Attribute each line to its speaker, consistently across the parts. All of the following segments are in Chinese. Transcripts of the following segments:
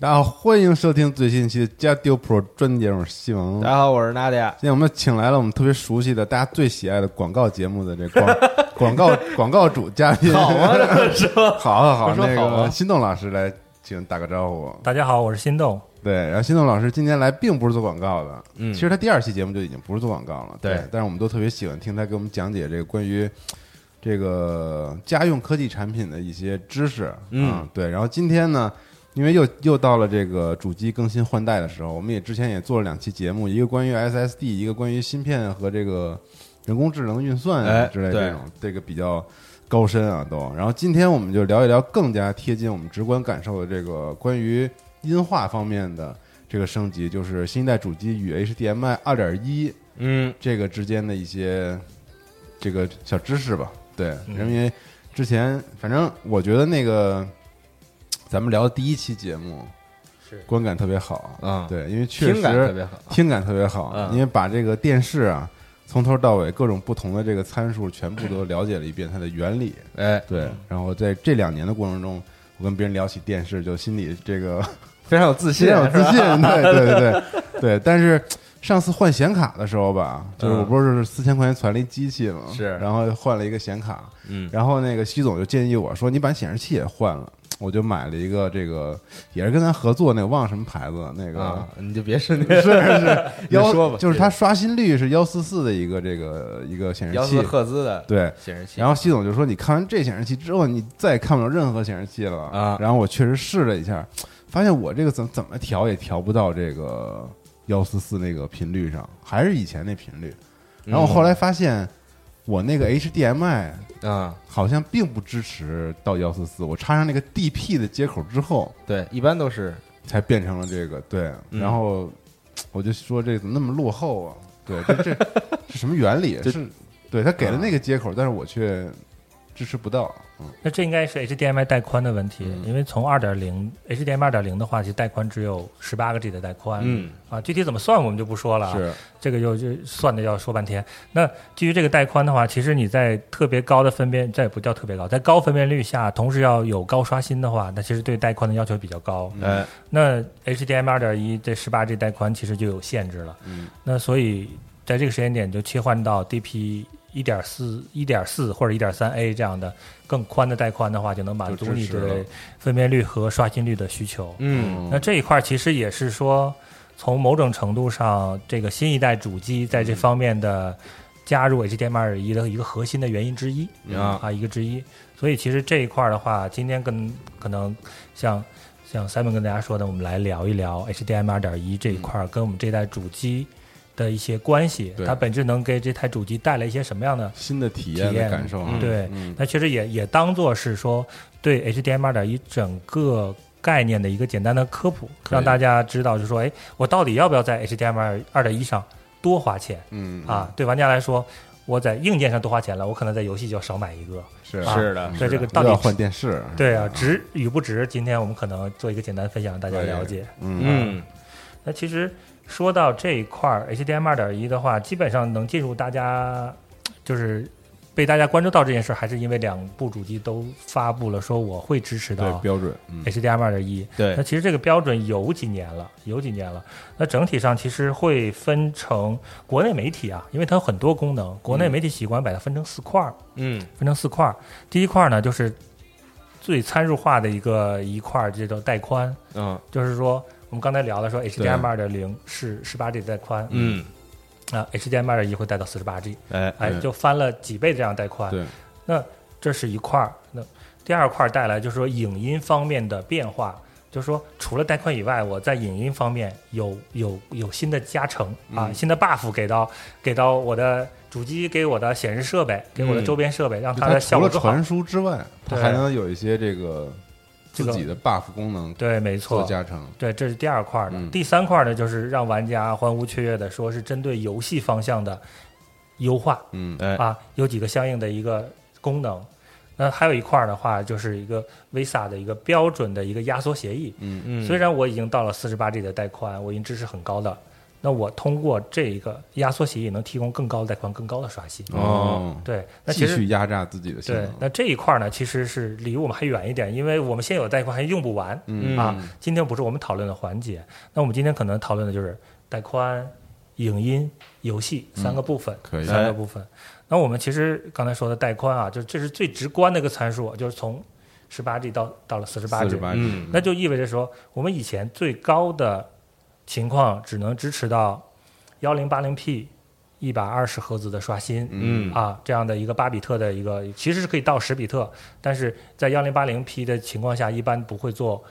Speaker 1: 大家好，欢迎收听最新一期的《加丢 Pro 专节目新闻》。
Speaker 2: 大家好，我是娜迪亚。
Speaker 1: 今天我们请来了我们特别熟悉的、大家最喜爱的广告节目的这广 广告广告主嘉宾。
Speaker 2: 好啊，这么说，
Speaker 1: 好好好，
Speaker 2: 说
Speaker 1: 那
Speaker 2: 好
Speaker 1: 个
Speaker 2: 啊
Speaker 1: 心动老师来，请打个招呼。
Speaker 3: 大家好，我是心动。
Speaker 1: 对，然后心动老师今天来并不是做广告的，嗯，其实他第二期节目就已经不是做广告了，
Speaker 2: 对
Speaker 1: 但是我们都特别喜欢听他给我们讲解这个关于这个家用科技产品的一些知识，
Speaker 2: 嗯
Speaker 1: 啊对。然后今天呢，因为又又到了这个主机更新换代的时候，我们也之前也做了两期节目，一个关于 SSD，一个关于芯片和这个人工智能运算啊
Speaker 2: 哎
Speaker 1: 之类
Speaker 2: 对
Speaker 1: 这种，这个比较。高深啊，都。然后今天我们就聊一聊更加贴近我们直观感受的这个关于音画方面的这个升级，就是新一代主机与 HDMI 二点一
Speaker 2: 嗯，
Speaker 1: 这个之间的一些这个小知识吧。对，
Speaker 2: 嗯
Speaker 1: 因为之前反正我觉得那个咱们聊的第一期节目
Speaker 2: 是
Speaker 1: 观感特别好
Speaker 2: 啊
Speaker 1: 对，因为确实
Speaker 2: 听感特别好。
Speaker 1: 听感特别好，
Speaker 2: 嗯
Speaker 1: 因为把这个电视啊从头到尾各种不同的这个参数全部都了解了一遍它的原理。
Speaker 2: 哎，
Speaker 1: 对，然后在这两年的过程中，我跟别人聊起电视，就心里这 个非常有自
Speaker 2: 信
Speaker 1: 非常有自信。对对对对 对，但是。上次换显卡的时候吧，就是
Speaker 2: 嗯
Speaker 1: 我不是四千块钱攒了一机器嘛，
Speaker 2: 是
Speaker 1: 然后换了一个显卡，
Speaker 2: 嗯
Speaker 1: 然后那个徐总就建议我说，你把显示器也换了，我就买了一个这个，也是跟咱合作那个忘了什么牌子那个、
Speaker 2: 啊，你就别说你
Speaker 1: 是是
Speaker 2: 你
Speaker 1: 幺，
Speaker 2: 说吧
Speaker 1: 就是它刷新率是幺四四的一个这个一个显
Speaker 2: 幺
Speaker 1: 示
Speaker 2: 四
Speaker 1: 器，
Speaker 2: 赫兹的
Speaker 1: 对。
Speaker 2: 显示器，
Speaker 1: 然后系总就说：“你看完这显示器之后，你再也看不了任何显示器了
Speaker 2: 啊
Speaker 1: 然后我确实试了一下，发现我这个怎怎么调也调不到这个幺四四那个频率上，还是以前那频率。然后我后来发现，我那个 HDMI
Speaker 2: 后啊，
Speaker 1: 好像并不支持到幺四四，我插上那个 DP 的接口之后，
Speaker 2: 对，一般都是
Speaker 1: 才变成了这个对，
Speaker 2: 嗯
Speaker 1: 然后我就说这怎么那么落后啊？对，这这 这什么原理？啊
Speaker 2: 这
Speaker 1: 是对他给了
Speaker 3: 啊
Speaker 1: 那个接口，但是我却支持不到。嗯，
Speaker 3: 那这应该是 HDMI 带宽的问题，因为从二点零 HDMI 二点零的话，其实带宽只有十八个 G 的带宽。
Speaker 2: 嗯
Speaker 3: 啊，具体怎么算我们就不说了啊，
Speaker 1: 是
Speaker 3: 这个又就算的要说半天。那基于这个带宽的话，其实你在特别高的分辨，这也不叫特别高，在高分辨率下，同时要有高刷新的话，那其实对带宽的要求比较高。
Speaker 2: 哎
Speaker 3: 那 HDMI 二点一这十八 G 带宽其实就有限制了。
Speaker 1: 嗯，
Speaker 3: 那所以在这个时间点就切换到 DP 一点四、一点四或者一点三 A 这样的更宽的带宽的话，就能满足
Speaker 1: 就支
Speaker 3: 你
Speaker 1: 持了
Speaker 3: 对分辨率和刷新率的需求。
Speaker 2: 嗯
Speaker 3: 那这一块其实也是说，从某种程度上，这个新一代主机在这方面的加入 HDMI 的一个核心的原因之一
Speaker 2: 啊
Speaker 3: 啊，一个之一。所以其实这一块儿的话，今天跟可能像像 Simon 跟大家说的，我们来聊一聊 HDMI 二点一这一块儿跟我们这代主机的一些关系，
Speaker 1: 对
Speaker 3: 它本质能给这台主机带来一些什么样的
Speaker 1: 新的体
Speaker 3: 体
Speaker 1: 验的
Speaker 3: 验
Speaker 1: 感受啊，
Speaker 2: 嗯
Speaker 3: 对，
Speaker 1: 嗯
Speaker 3: 那其实也也当做是说对 HDMI 二点一整个概念的一个简单的科普，
Speaker 1: 可以
Speaker 3: 让大家知道，就是说，哎，我到底要不要在 HDMI 二点一上多花钱
Speaker 1: 嗯
Speaker 3: 啊？对玩家来说，我在硬件上多花钱了，我可能在游戏就要少买一个。
Speaker 1: 是
Speaker 3: 啊
Speaker 2: 是的
Speaker 1: 嗯
Speaker 3: 所以这个
Speaker 1: 是的
Speaker 3: 到
Speaker 1: 又要
Speaker 3: 底
Speaker 1: 换电视，
Speaker 3: 对啊，值与不值？今天我们可能做一个简单分享，让大家
Speaker 1: 对
Speaker 3: 了解。
Speaker 1: 嗯
Speaker 2: 嗯，
Speaker 3: 那其实说到这一块儿 HDMI 二点一的话，基本上能进入大家就是被大家关注到这件事儿，还是因为两部主机都发布了说我会支持
Speaker 1: 对
Speaker 3: 到
Speaker 1: 标准，嗯
Speaker 3: HDMI 二点一。
Speaker 2: 对
Speaker 3: 那，其实这个标准有几年了，有几年了。那整体上其实会分成国内媒体啊，因为它有很多功能，国
Speaker 1: 嗯
Speaker 3: 内媒体习惯把它分成四块儿。
Speaker 2: 嗯
Speaker 3: 分成四块儿。第一块儿呢，就是最参数化的一个一块儿，这叫带宽，
Speaker 2: 嗯
Speaker 3: 就是说我们刚才聊了，说 HDMI 二点零是十八 G 带宽，
Speaker 2: 嗯，
Speaker 3: 啊，HDMI 二点一会带到四十八 G，
Speaker 2: 哎，
Speaker 3: 哎，
Speaker 1: 对
Speaker 3: 就翻了几倍这样带宽。
Speaker 1: 对，
Speaker 3: 这是一块儿。那第二块儿带来就是说影音方面的变化，就是说除了带宽以外，我在影音方面有有有新的加成啊，
Speaker 1: 嗯
Speaker 3: 新的 buff 给到给到我的主机，给我的显示设备，给我的
Speaker 2: 嗯
Speaker 3: 周边设备，让它
Speaker 1: 它
Speaker 3: 的效
Speaker 1: 除
Speaker 3: 果
Speaker 1: 了
Speaker 3: 更好。
Speaker 1: 传输之外，它
Speaker 3: 对
Speaker 1: 还能有一些这个
Speaker 3: 这
Speaker 1: 自
Speaker 3: 个
Speaker 1: 己的 buff 功能
Speaker 3: 对，没
Speaker 1: 做
Speaker 3: 错，
Speaker 1: 加成，
Speaker 3: 对，这是第二块儿的。
Speaker 1: 嗯
Speaker 3: 第三块儿呢，就是让玩家欢呼雀跃的说是针对游戏方向的优化
Speaker 1: 嗯
Speaker 2: 哎
Speaker 3: 啊，有几个相应的一个功能。那还有一块儿的话，就是一个 Visa 的一个标准的一个压缩协议。
Speaker 1: 嗯
Speaker 2: 嗯，
Speaker 3: 虽然我已经到了四十八 G 的带宽，我已经支持很高的，那我通过这一个压缩协议能提供更高的带宽、更高的刷新。
Speaker 1: 哦，
Speaker 3: 对，那
Speaker 1: 继
Speaker 3: 其实
Speaker 1: 续压榨自己的性
Speaker 3: 对，
Speaker 1: 能，
Speaker 3: 那这一块儿呢，其实是离我们还远一点，因为我们现有的带宽还用不完。
Speaker 1: 嗯
Speaker 3: 啊，今天不是我们讨论的环节，那我们今天可能讨论的就是带宽、影音、游戏
Speaker 1: 嗯
Speaker 3: 三个部分，
Speaker 1: 可以
Speaker 3: 三个部分。那我们其实刚才说的带宽啊，就这是最直观的一个参数，就是从十八 G 到到了四十八
Speaker 1: 四
Speaker 3: G，
Speaker 1: 十八 G，
Speaker 2: 嗯
Speaker 3: 那就意味着说，我们以前最高的情况只能支持到幺零八零 P、一百二十赫兹的刷新，
Speaker 2: 嗯
Speaker 3: 啊这样的一个八比特的一个，其实是可以到十比特，但是在幺零八零 P 的情况下，一般不会做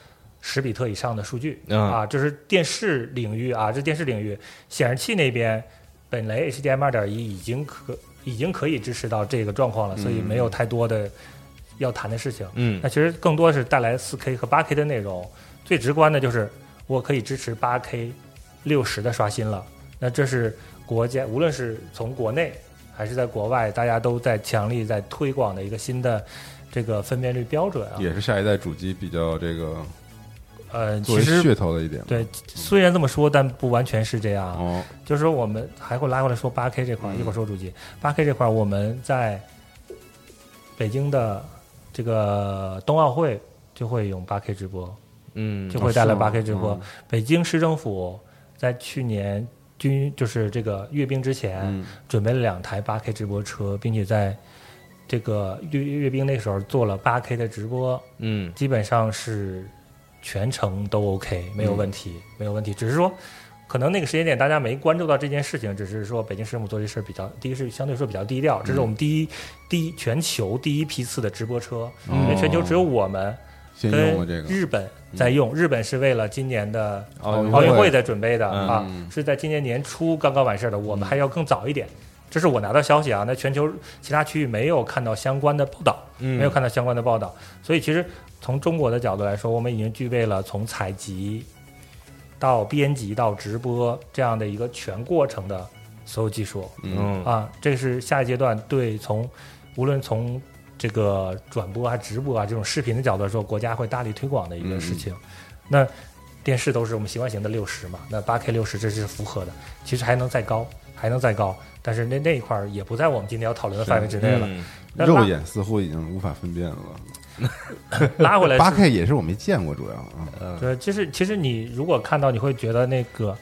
Speaker 3: 十比特以上的数据、
Speaker 2: 嗯
Speaker 3: 啊。这是电视领域啊，这电视领域显示器那边本来 HDMI 二点一已经可已经可以支持到这个状况了，所以没
Speaker 1: 嗯
Speaker 3: 有太多的要谈的事情。
Speaker 2: 嗯
Speaker 3: 那其实更多是带来四 K 和八 K 的内容，最直观的就是我可以支持八 K 六十的刷新了。那这是国家无论是从国内还是在国外，大家都在强力在推广的一个新的这个分辨率标准啊。
Speaker 1: 也是下一代主机比较这个
Speaker 3: 呃，
Speaker 1: 作
Speaker 3: 其
Speaker 1: 为
Speaker 3: 实
Speaker 1: 噱头的一点，
Speaker 3: 对，虽然这么说，但不完全是这样。
Speaker 1: 哦，
Speaker 3: 就是说我们还会拉回来说八 K 这块，儿，
Speaker 1: 嗯
Speaker 3: 一会儿说主机。八 K 这块，儿，我们在北京的这个冬奥会就会用八 K 直播。
Speaker 2: 嗯
Speaker 3: 就会带来
Speaker 1: 哦是吗
Speaker 3: 8K 直播。
Speaker 1: 嗯
Speaker 3: 北京市政府在去年军就是这个阅兵之前，
Speaker 1: 嗯
Speaker 3: 准备了两台 8K 直播车，并且在这个阅阅兵那时候做了 8K 的直播，
Speaker 2: 嗯
Speaker 3: 基本上是全程都 OK，没
Speaker 2: 嗯
Speaker 3: 有问题，没有问题。只是说，可能那个时间点大家没关注到这件事情，只是说北京市政府做这事儿比较，第一是相对说比较低调，
Speaker 2: 嗯
Speaker 3: 这是我们第一、第一全球第一批次的直播车，因为全球只有我们。
Speaker 1: 先用了这
Speaker 3: 跟
Speaker 1: 个，
Speaker 3: 日本在用，日本是为了今年的
Speaker 2: 嗯奥运
Speaker 3: 奥运
Speaker 1: 会
Speaker 3: 会在准备的
Speaker 2: 嗯
Speaker 3: 啊，是在今年年初刚刚完事儿的，我们还要更早一点。这是我拿到消息啊，那全球其他区域没有看到相关的报道，
Speaker 2: 嗯
Speaker 3: 没有看到相关的报道，所以其实从中国的角度来说，我们已经具备了从采集到编辑到直播这样的一个全过程的所有技术。
Speaker 1: 嗯，
Speaker 2: 嗯
Speaker 3: 啊，这是下一阶段对从无论从这个转播啊、直播啊这种视频的角度来说，国家会大力推广的一个事情。
Speaker 1: 嗯
Speaker 3: 那电视都是我们习惯型的六十嘛，那八 K 六十这是符合的，其实还能再高，还能再高，但是那那一块儿也不在我们今天要讨论的范围之内了。
Speaker 2: 嗯
Speaker 3: 那
Speaker 1: 肉
Speaker 3: 拉
Speaker 1: 眼似乎已经无法分辨了，
Speaker 3: 拉回来
Speaker 1: 八
Speaker 3: 是
Speaker 1: K 也是我没见过，主要啊，
Speaker 3: 对，就是其实你如果看到，你会觉得那个，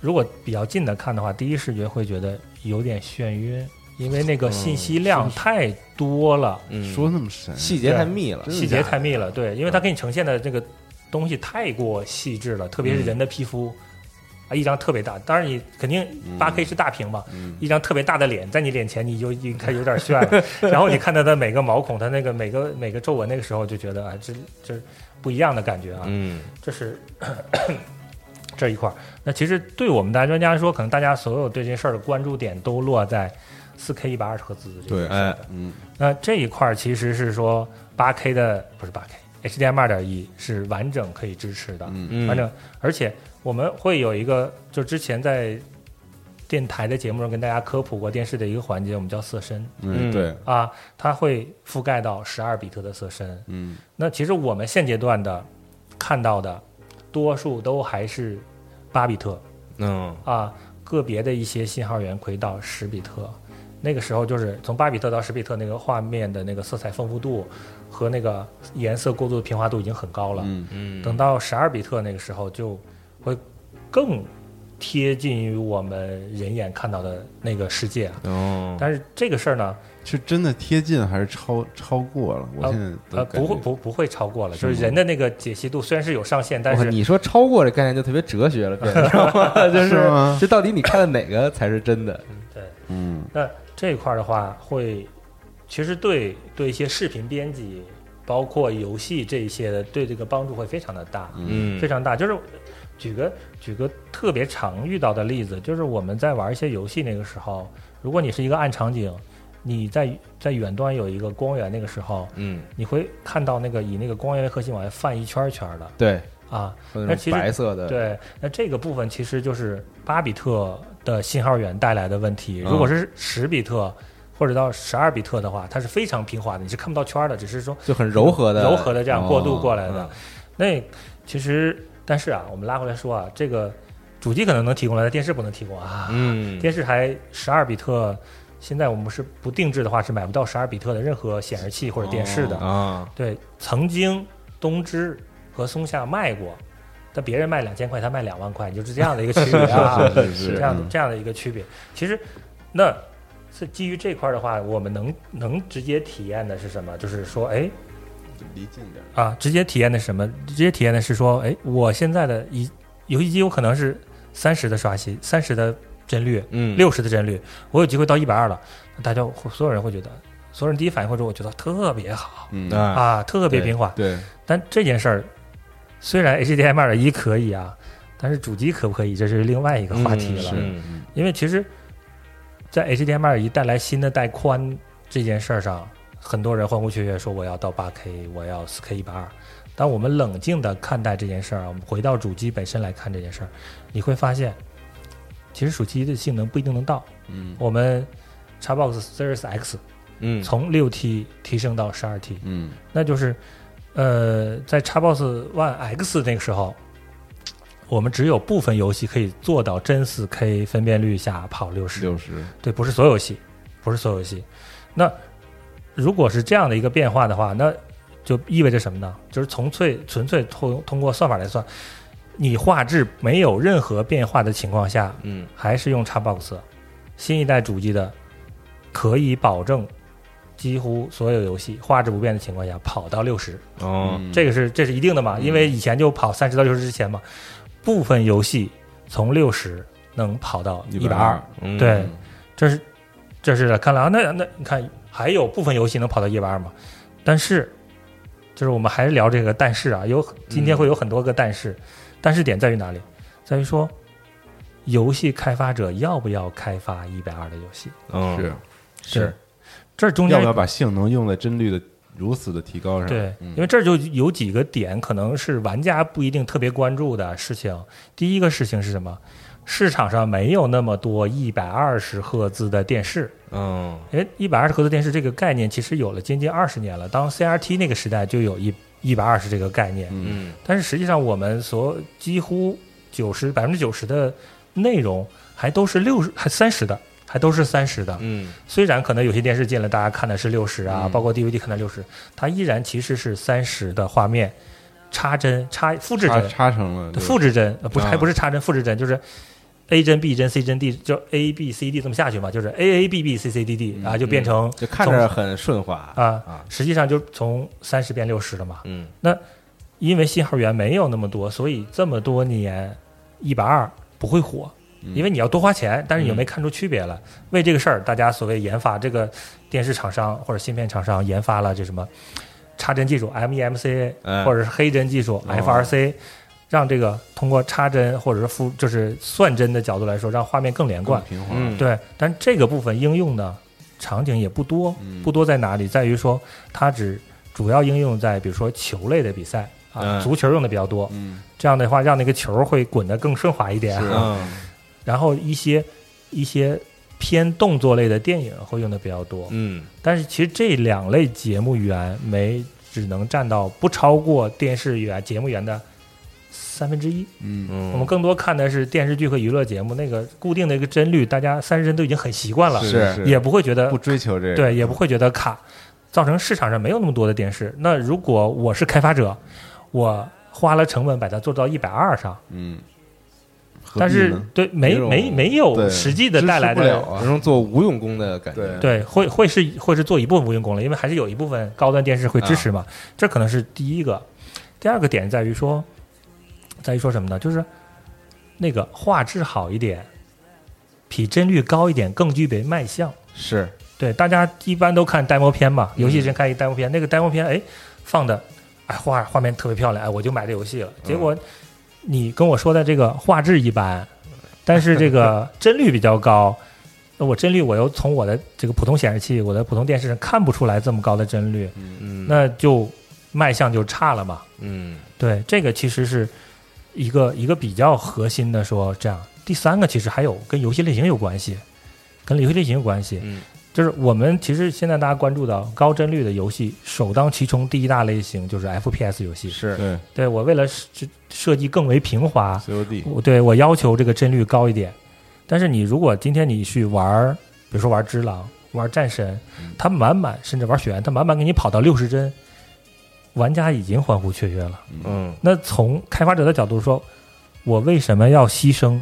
Speaker 3: 如果比较近的看的话，第一视觉会觉得有点眩晕，因为那个信息量太多了。
Speaker 2: 嗯，
Speaker 1: 说那么神，
Speaker 2: 细节太密了，
Speaker 3: 细节太密了，对，因为它给你呈现的这个东西太过细致了，特别是人的皮肤啊，一张特别大，当然你肯定八 K 是大屏嘛，一张特别大的脸在你脸前，你就已经开始有点炫了。然后你看到它每个毛孔，它那个每个每个皱纹，那个时候就觉得啊，这这不一样的感觉啊。
Speaker 2: 嗯，
Speaker 3: 这是 这一块儿。那其实对我们大专家来说，可能大家所有对这事儿的关注点都落在4 K 一百二十赫兹这个
Speaker 1: 对
Speaker 3: 事儿的。
Speaker 1: 嗯
Speaker 3: 那这一块儿其实是说8 K 的不是8 K HDMI 二点一是完整可以支持的，
Speaker 1: 嗯
Speaker 2: 嗯
Speaker 3: 完整。而且我们会有一个，就之前在电台的节目中跟大家科普过电视的一个环节，我们叫色深
Speaker 1: 嗯，
Speaker 2: 嗯
Speaker 1: 对，
Speaker 3: 啊，它会覆盖到十二比特的色深。
Speaker 1: 嗯
Speaker 3: 那其实我们现阶段的看到的，多数都还是八比特
Speaker 2: 嗯
Speaker 3: 啊，个别的一些信号源可以到十比特。那个时候就是从八比特到十比特，那个画面的那个色彩丰富度和那个颜色过渡的平滑度已经很高了。
Speaker 1: 嗯
Speaker 2: 嗯，
Speaker 3: 等到十二比特那个时候，就会更贴近于我们人眼看到的那个世界啊。
Speaker 1: 嗯
Speaker 2: 哦，
Speaker 3: 但是这个事儿呢，
Speaker 1: 是真的贴近还是超超过了？我
Speaker 3: 呃
Speaker 1: 现在都
Speaker 3: 呃，
Speaker 1: 感
Speaker 3: 不会
Speaker 1: 觉
Speaker 3: 不不会超过了，
Speaker 1: 是
Speaker 3: 就
Speaker 1: 吗
Speaker 3: 是人的那个解析度虽然是有上限，但
Speaker 2: 我
Speaker 3: 是
Speaker 2: 靠你说超过这概念就特别哲学了，变得知道吗？就是
Speaker 1: 吗
Speaker 2: 这到底你看的哪个才是真的？
Speaker 3: 对，
Speaker 1: 嗯
Speaker 3: 那这一块儿的话，会其实对对一些视频编辑，包括游戏这一些的，对这个帮助会非常的大，
Speaker 2: 嗯
Speaker 3: 非常大。就是举个举个特别常遇到的例子，就是我们在玩一些游戏那个时候，如果你是一个暗场景，你在在远端有一个光源，那个时候
Speaker 2: 嗯，
Speaker 3: 你会看到那个以那个光源为核心往外泛一圈儿一圈儿的
Speaker 2: 对，
Speaker 3: 啊，
Speaker 2: 有
Speaker 3: 那
Speaker 2: 那种
Speaker 3: 其实
Speaker 2: 白色的，，
Speaker 3: 对，那这个部分其实就是八比特的信号源带来的问题。
Speaker 2: 嗯
Speaker 3: 如果是十比特或者到十二比特的话，它是非常平滑的，你是看不到圈儿的，只是说
Speaker 2: 就很柔和的，
Speaker 3: 柔和的这样过渡过来的。
Speaker 2: 哦，
Speaker 3: 那其实，但是啊，我们拉回来说啊，这个主机可能能提供了，但电视不能提供啊。
Speaker 2: 嗯，
Speaker 3: 电视台十二比特，现在我们是不定制的话是买不到十二比特的任何显示器或者电视的。
Speaker 2: 啊，
Speaker 3: 对，曾经东芝和松下卖过，但别人卖两千块，他卖两万块，你就是这样的一个区别 啊，
Speaker 1: 是是是
Speaker 3: 这样的
Speaker 1: 嗯
Speaker 3: 这样的一个区别。其实，那是基于这块儿的话，我们能能直接体验的是什么？就是说，哎
Speaker 1: 离近点儿，
Speaker 3: 啊，直接体验的是什么？直接体验的是说，哎，我现在的一游戏机有可能是三十的刷新，三十的帧率，
Speaker 2: 嗯，
Speaker 3: 六十的帧率，我有机会到一百二了，大家会所有人会觉得，所有人第一反应会说，我觉得特别好
Speaker 1: 嗯
Speaker 2: 啊，
Speaker 3: 啊，特别
Speaker 2: 对
Speaker 3: 平滑。
Speaker 1: 对，
Speaker 3: 但这件事儿，虽然 HDMI 二点一可以啊，但是主机可不可以，这是另外一个话题了。
Speaker 1: 是
Speaker 2: 嗯
Speaker 3: 因为其实，在 HDMI 二一带来新的带宽这件事儿上，很多人欢呼雀跃说我要到八 K，我要四 K 一百二。当我们冷静的看待这件事儿啊，我们回到主机本身来看这件事儿，你会发现，其实主机的性能不一定能到。
Speaker 1: 嗯
Speaker 3: 我们 Xbox Series X
Speaker 2: 嗯，
Speaker 3: 从六 T 提升到十二 T，
Speaker 1: 嗯
Speaker 3: 那就是，呃，在 Xbox One X 那个时候，我们只有部分游戏可以做到真 4K 分辨率下跑六十，
Speaker 1: 六十，
Speaker 3: 对，不是所有游戏，不是所有游戏。那如果是这样的一个变化的话，那就意味着什么呢？就是纯粹纯粹通通过算法来算，你画质没有任何变化的情况下，
Speaker 2: 嗯
Speaker 3: 还是用 Xbox 新一代主机的，可以保证几乎所有游戏画质不变的情况下跑到六十，
Speaker 2: 哦，
Speaker 3: 嗯
Speaker 1: 嗯
Speaker 3: 这个是这是一定的嘛？因为以前就跑三十到六十之前嘛，部分游戏从六十能跑到一百二，
Speaker 2: 嗯
Speaker 3: 对，这是这是看来啊，那那你看还有部分游戏能跑到一百二嘛？但是就是我们还是聊这个但是啊，有今天会
Speaker 1: 嗯
Speaker 3: 有很多个但是，但是点在于哪里？在于说游戏开发者要不要开发一百二的游戏？
Speaker 2: 嗯
Speaker 1: 是
Speaker 2: 是，
Speaker 3: 这中间
Speaker 1: 要不要把性能用在帧率的如此的提高上？
Speaker 3: 对，
Speaker 1: 嗯
Speaker 3: 因为这儿就有几个点可能是玩家不一定特别关注的事情。第一个事情是什么？市场上没有那么多一百二十赫兹的电视，
Speaker 2: 嗯
Speaker 3: 因为哎一百二十赫兹电视这个概念其实有了接近二十年了。当 CRT 那个时代就有一一百二十这个概念，
Speaker 1: 嗯
Speaker 2: 嗯
Speaker 3: 但是实际上我们所几乎九十百分之九十的内容还都是六十还三十的，还都是三十的。
Speaker 2: 嗯
Speaker 3: 虽然可能有些电视进来，大家看的是六十啊，
Speaker 2: 嗯
Speaker 3: 包括 DVD 看的六十，它依然其实是三十的画面，插针插复制
Speaker 1: 插
Speaker 3: 帧，
Speaker 1: 插成了
Speaker 3: 复制帧呃不是
Speaker 2: 啊
Speaker 3: 还不是插针复制帧，就是 A 帧 B 帧 C 帧 D 就 A B C D 这么下去嘛，就是 A A B B C C D D 啊，就变成
Speaker 2: 就看着很顺滑
Speaker 3: 啊
Speaker 2: 嗯啊，，
Speaker 3: 实际上就从三十变六十了嘛。
Speaker 2: 嗯
Speaker 3: 因为信号源没有那么多，所以这么多年一百二不会火，
Speaker 2: 嗯
Speaker 3: 因为你要多花钱，但是你又没看出区别来。为这个事儿，大家所谓研发这个电视厂商或者芯片厂商研发了这什么插针技术 E MEMC，
Speaker 2: 哎
Speaker 3: 或者是黑针技术
Speaker 2: 哦
Speaker 3: FRC，让这个通过插针或者是复就是算针的角度来说，让画面更连贯
Speaker 1: 更。平滑，
Speaker 2: 嗯，
Speaker 3: 对，但这个部分应用呢，场景也不多，
Speaker 2: 嗯
Speaker 3: 不多在哪里？在于说它只主要应用在比如说球类的比赛啊，
Speaker 2: 嗯
Speaker 3: 足球用的比较多，
Speaker 1: 嗯，
Speaker 3: 这样的话让那个球会滚得更顺滑一点。
Speaker 1: 是啊
Speaker 2: 嗯，
Speaker 3: 然后一些一些偏动作类的电影会用的比较多，
Speaker 2: 嗯，
Speaker 3: 但是其实这两类节目源没只能占到不超过电视源节目源的三分之一。
Speaker 1: 嗯
Speaker 2: 嗯，
Speaker 3: 我们更多看的是电视剧和娱乐节目，那个固定的一个帧率，大家三十帧都已经很习惯了，
Speaker 1: 是
Speaker 3: 也不会觉得
Speaker 1: 不追求这个，
Speaker 3: 对，也不会觉得卡，造成市场上没有那么多的电视。那如果我是开发者，我花了成本把它做到一百二上，
Speaker 1: 嗯，
Speaker 3: 但是对没
Speaker 2: 这种
Speaker 3: 没没有实际的带来
Speaker 1: 不了
Speaker 3: 的。
Speaker 2: 有
Speaker 1: 啊，
Speaker 2: 种做无用功的感觉，
Speaker 3: 对，会会是会是做一部分无用功了，因为还是有一部分高端电视会支持嘛，这可能是第一个。第二个点在于说，在于说什么呢？就是那个画质好一点，比帧率高一点，更具备卖相。
Speaker 2: 是，
Speaker 3: 对，大家一般都看 demo 片嘛，游戏人看一 demo 片，那个 demo 片哎放的，哎画画面特别漂亮，哎我就买这游戏了。结果你跟我说的这个画质一般，但是这个帧率比较高，那我帧率我又从我的这个普通显示器、我的普通电视上看不出来这么高的帧率，
Speaker 2: 嗯，
Speaker 3: 那就卖相就差了嘛。
Speaker 2: 嗯，
Speaker 3: 对，这个其实是一个一个比较核心的说这样。第三个其实还有跟游戏类型有关系，跟游戏类型有关系。
Speaker 2: 嗯，
Speaker 3: 就是我们其实现在大家关注到高帧率的游戏，首当其冲第一大类型就是 FPS 游戏。
Speaker 2: 是，
Speaker 1: 对
Speaker 3: 对我为了设设计更为平滑，
Speaker 1: COD，
Speaker 3: 我对我要求这个帧率高一点。但是你如果今天你去玩儿，比如说玩儿《只狼》、玩儿《战神》，
Speaker 2: 嗯
Speaker 3: 它满满甚至玩儿《血缘》，它满满给你跑到六十帧，玩家已经欢呼雀跃了。
Speaker 2: 嗯，
Speaker 3: 那从开发者的角度说，我为什么要牺牲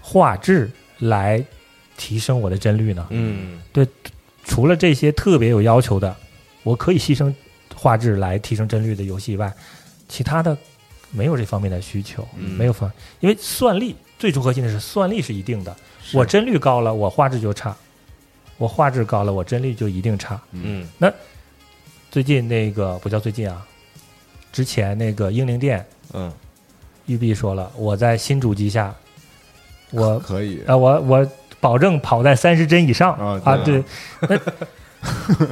Speaker 3: 画质来提升我的帧率呢？
Speaker 2: 嗯，
Speaker 3: 除了这些特别有要求的，我可以牺牲画质来提升帧率的游戏以外，其他的没有这方面的需求，
Speaker 2: 嗯
Speaker 3: 没有方，因为算力最初核心的是算力是一定的，我帧率高了，我画质就差，我画质高了，我帧率就一定差。
Speaker 2: 嗯，
Speaker 3: 最近那个不叫最近啊，之前那个英灵殿
Speaker 2: 嗯，
Speaker 3: 玉碧说了，我在新主机下，我
Speaker 1: 可以，
Speaker 3: 啊，我我保证跑在三十帧以上
Speaker 1: 啊
Speaker 3: 啊，
Speaker 1: 对
Speaker 3: 对，那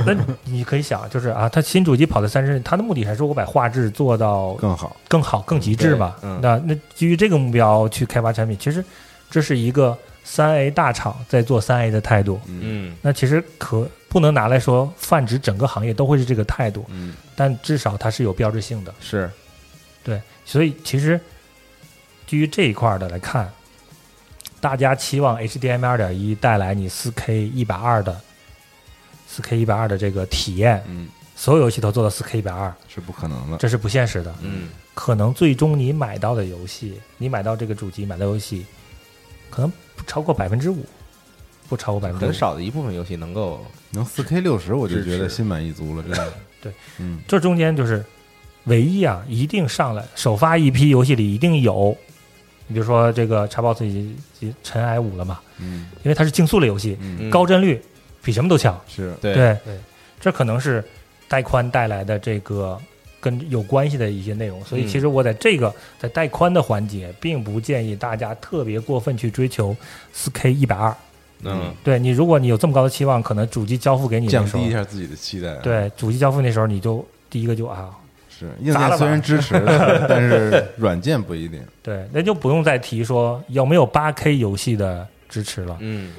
Speaker 3: 那你可以想，就是啊，它新主机跑在三十帧，它的目的还是我把画质做到
Speaker 1: 更好，
Speaker 3: 更好、更极致嘛。
Speaker 2: 对嗯
Speaker 3: 那那基于这个目标去开发产品，其实这是一个三 A 大厂在做三 A 的态度。
Speaker 2: 嗯，
Speaker 3: 那其实可不能拿来说泛指整个行业都会是这个态度，
Speaker 1: 嗯，
Speaker 3: 但至少它是有标志性的。
Speaker 2: 是，
Speaker 3: 对，所以其实基于这一块儿的来看，大家期望 HDMI 二点一带来你四 K 一百二的四 K 一百二的这个体验，
Speaker 1: 嗯，
Speaker 3: 所有游戏都做到四 K 一百二，
Speaker 1: 是不可能的，
Speaker 3: 这是不现实的。
Speaker 2: 嗯，
Speaker 3: 可能最终你买到的游戏，你买到这个主机买到游戏，可能不超过百分之五，不超过百分之
Speaker 2: 很
Speaker 3: 五。
Speaker 2: 少的一部分游戏能够，
Speaker 1: 能四 K 六十我就
Speaker 2: 支
Speaker 1: 觉得
Speaker 2: 持
Speaker 1: 心满意足了，真的，
Speaker 3: 对，
Speaker 1: 嗯，
Speaker 3: 这中间就是唯一啊，一定上来首发一批游戏里一定有，你比如说这个 Xbox 已经已经尘埃五了嘛，
Speaker 1: 嗯，
Speaker 3: 因为它是竞速类游戏，
Speaker 1: 嗯
Speaker 2: 嗯
Speaker 3: 高帧率比什么都强。
Speaker 1: 是，
Speaker 2: 对，
Speaker 3: 对，这可能是带宽带来的这个跟有关系的一些内容。
Speaker 1: 嗯
Speaker 3: 所以其实我在这个在带宽的环节，并不建议大家特别过分去追求四 K 一百二。
Speaker 2: 嗯，
Speaker 3: 对你，如果你有这么高的期望，可能主机交付给你
Speaker 1: 降
Speaker 3: 的时候
Speaker 1: 低一，下自己的期待，，啊
Speaker 3: 对主机交付那时候你就第一个就啊，
Speaker 1: 是硬
Speaker 3: 砸
Speaker 1: 件
Speaker 3: 了吧
Speaker 1: 虽然支持， 但是软件不一定，
Speaker 3: 对，那就不用再提说有没有八 K 游戏的支持了。
Speaker 2: 嗯，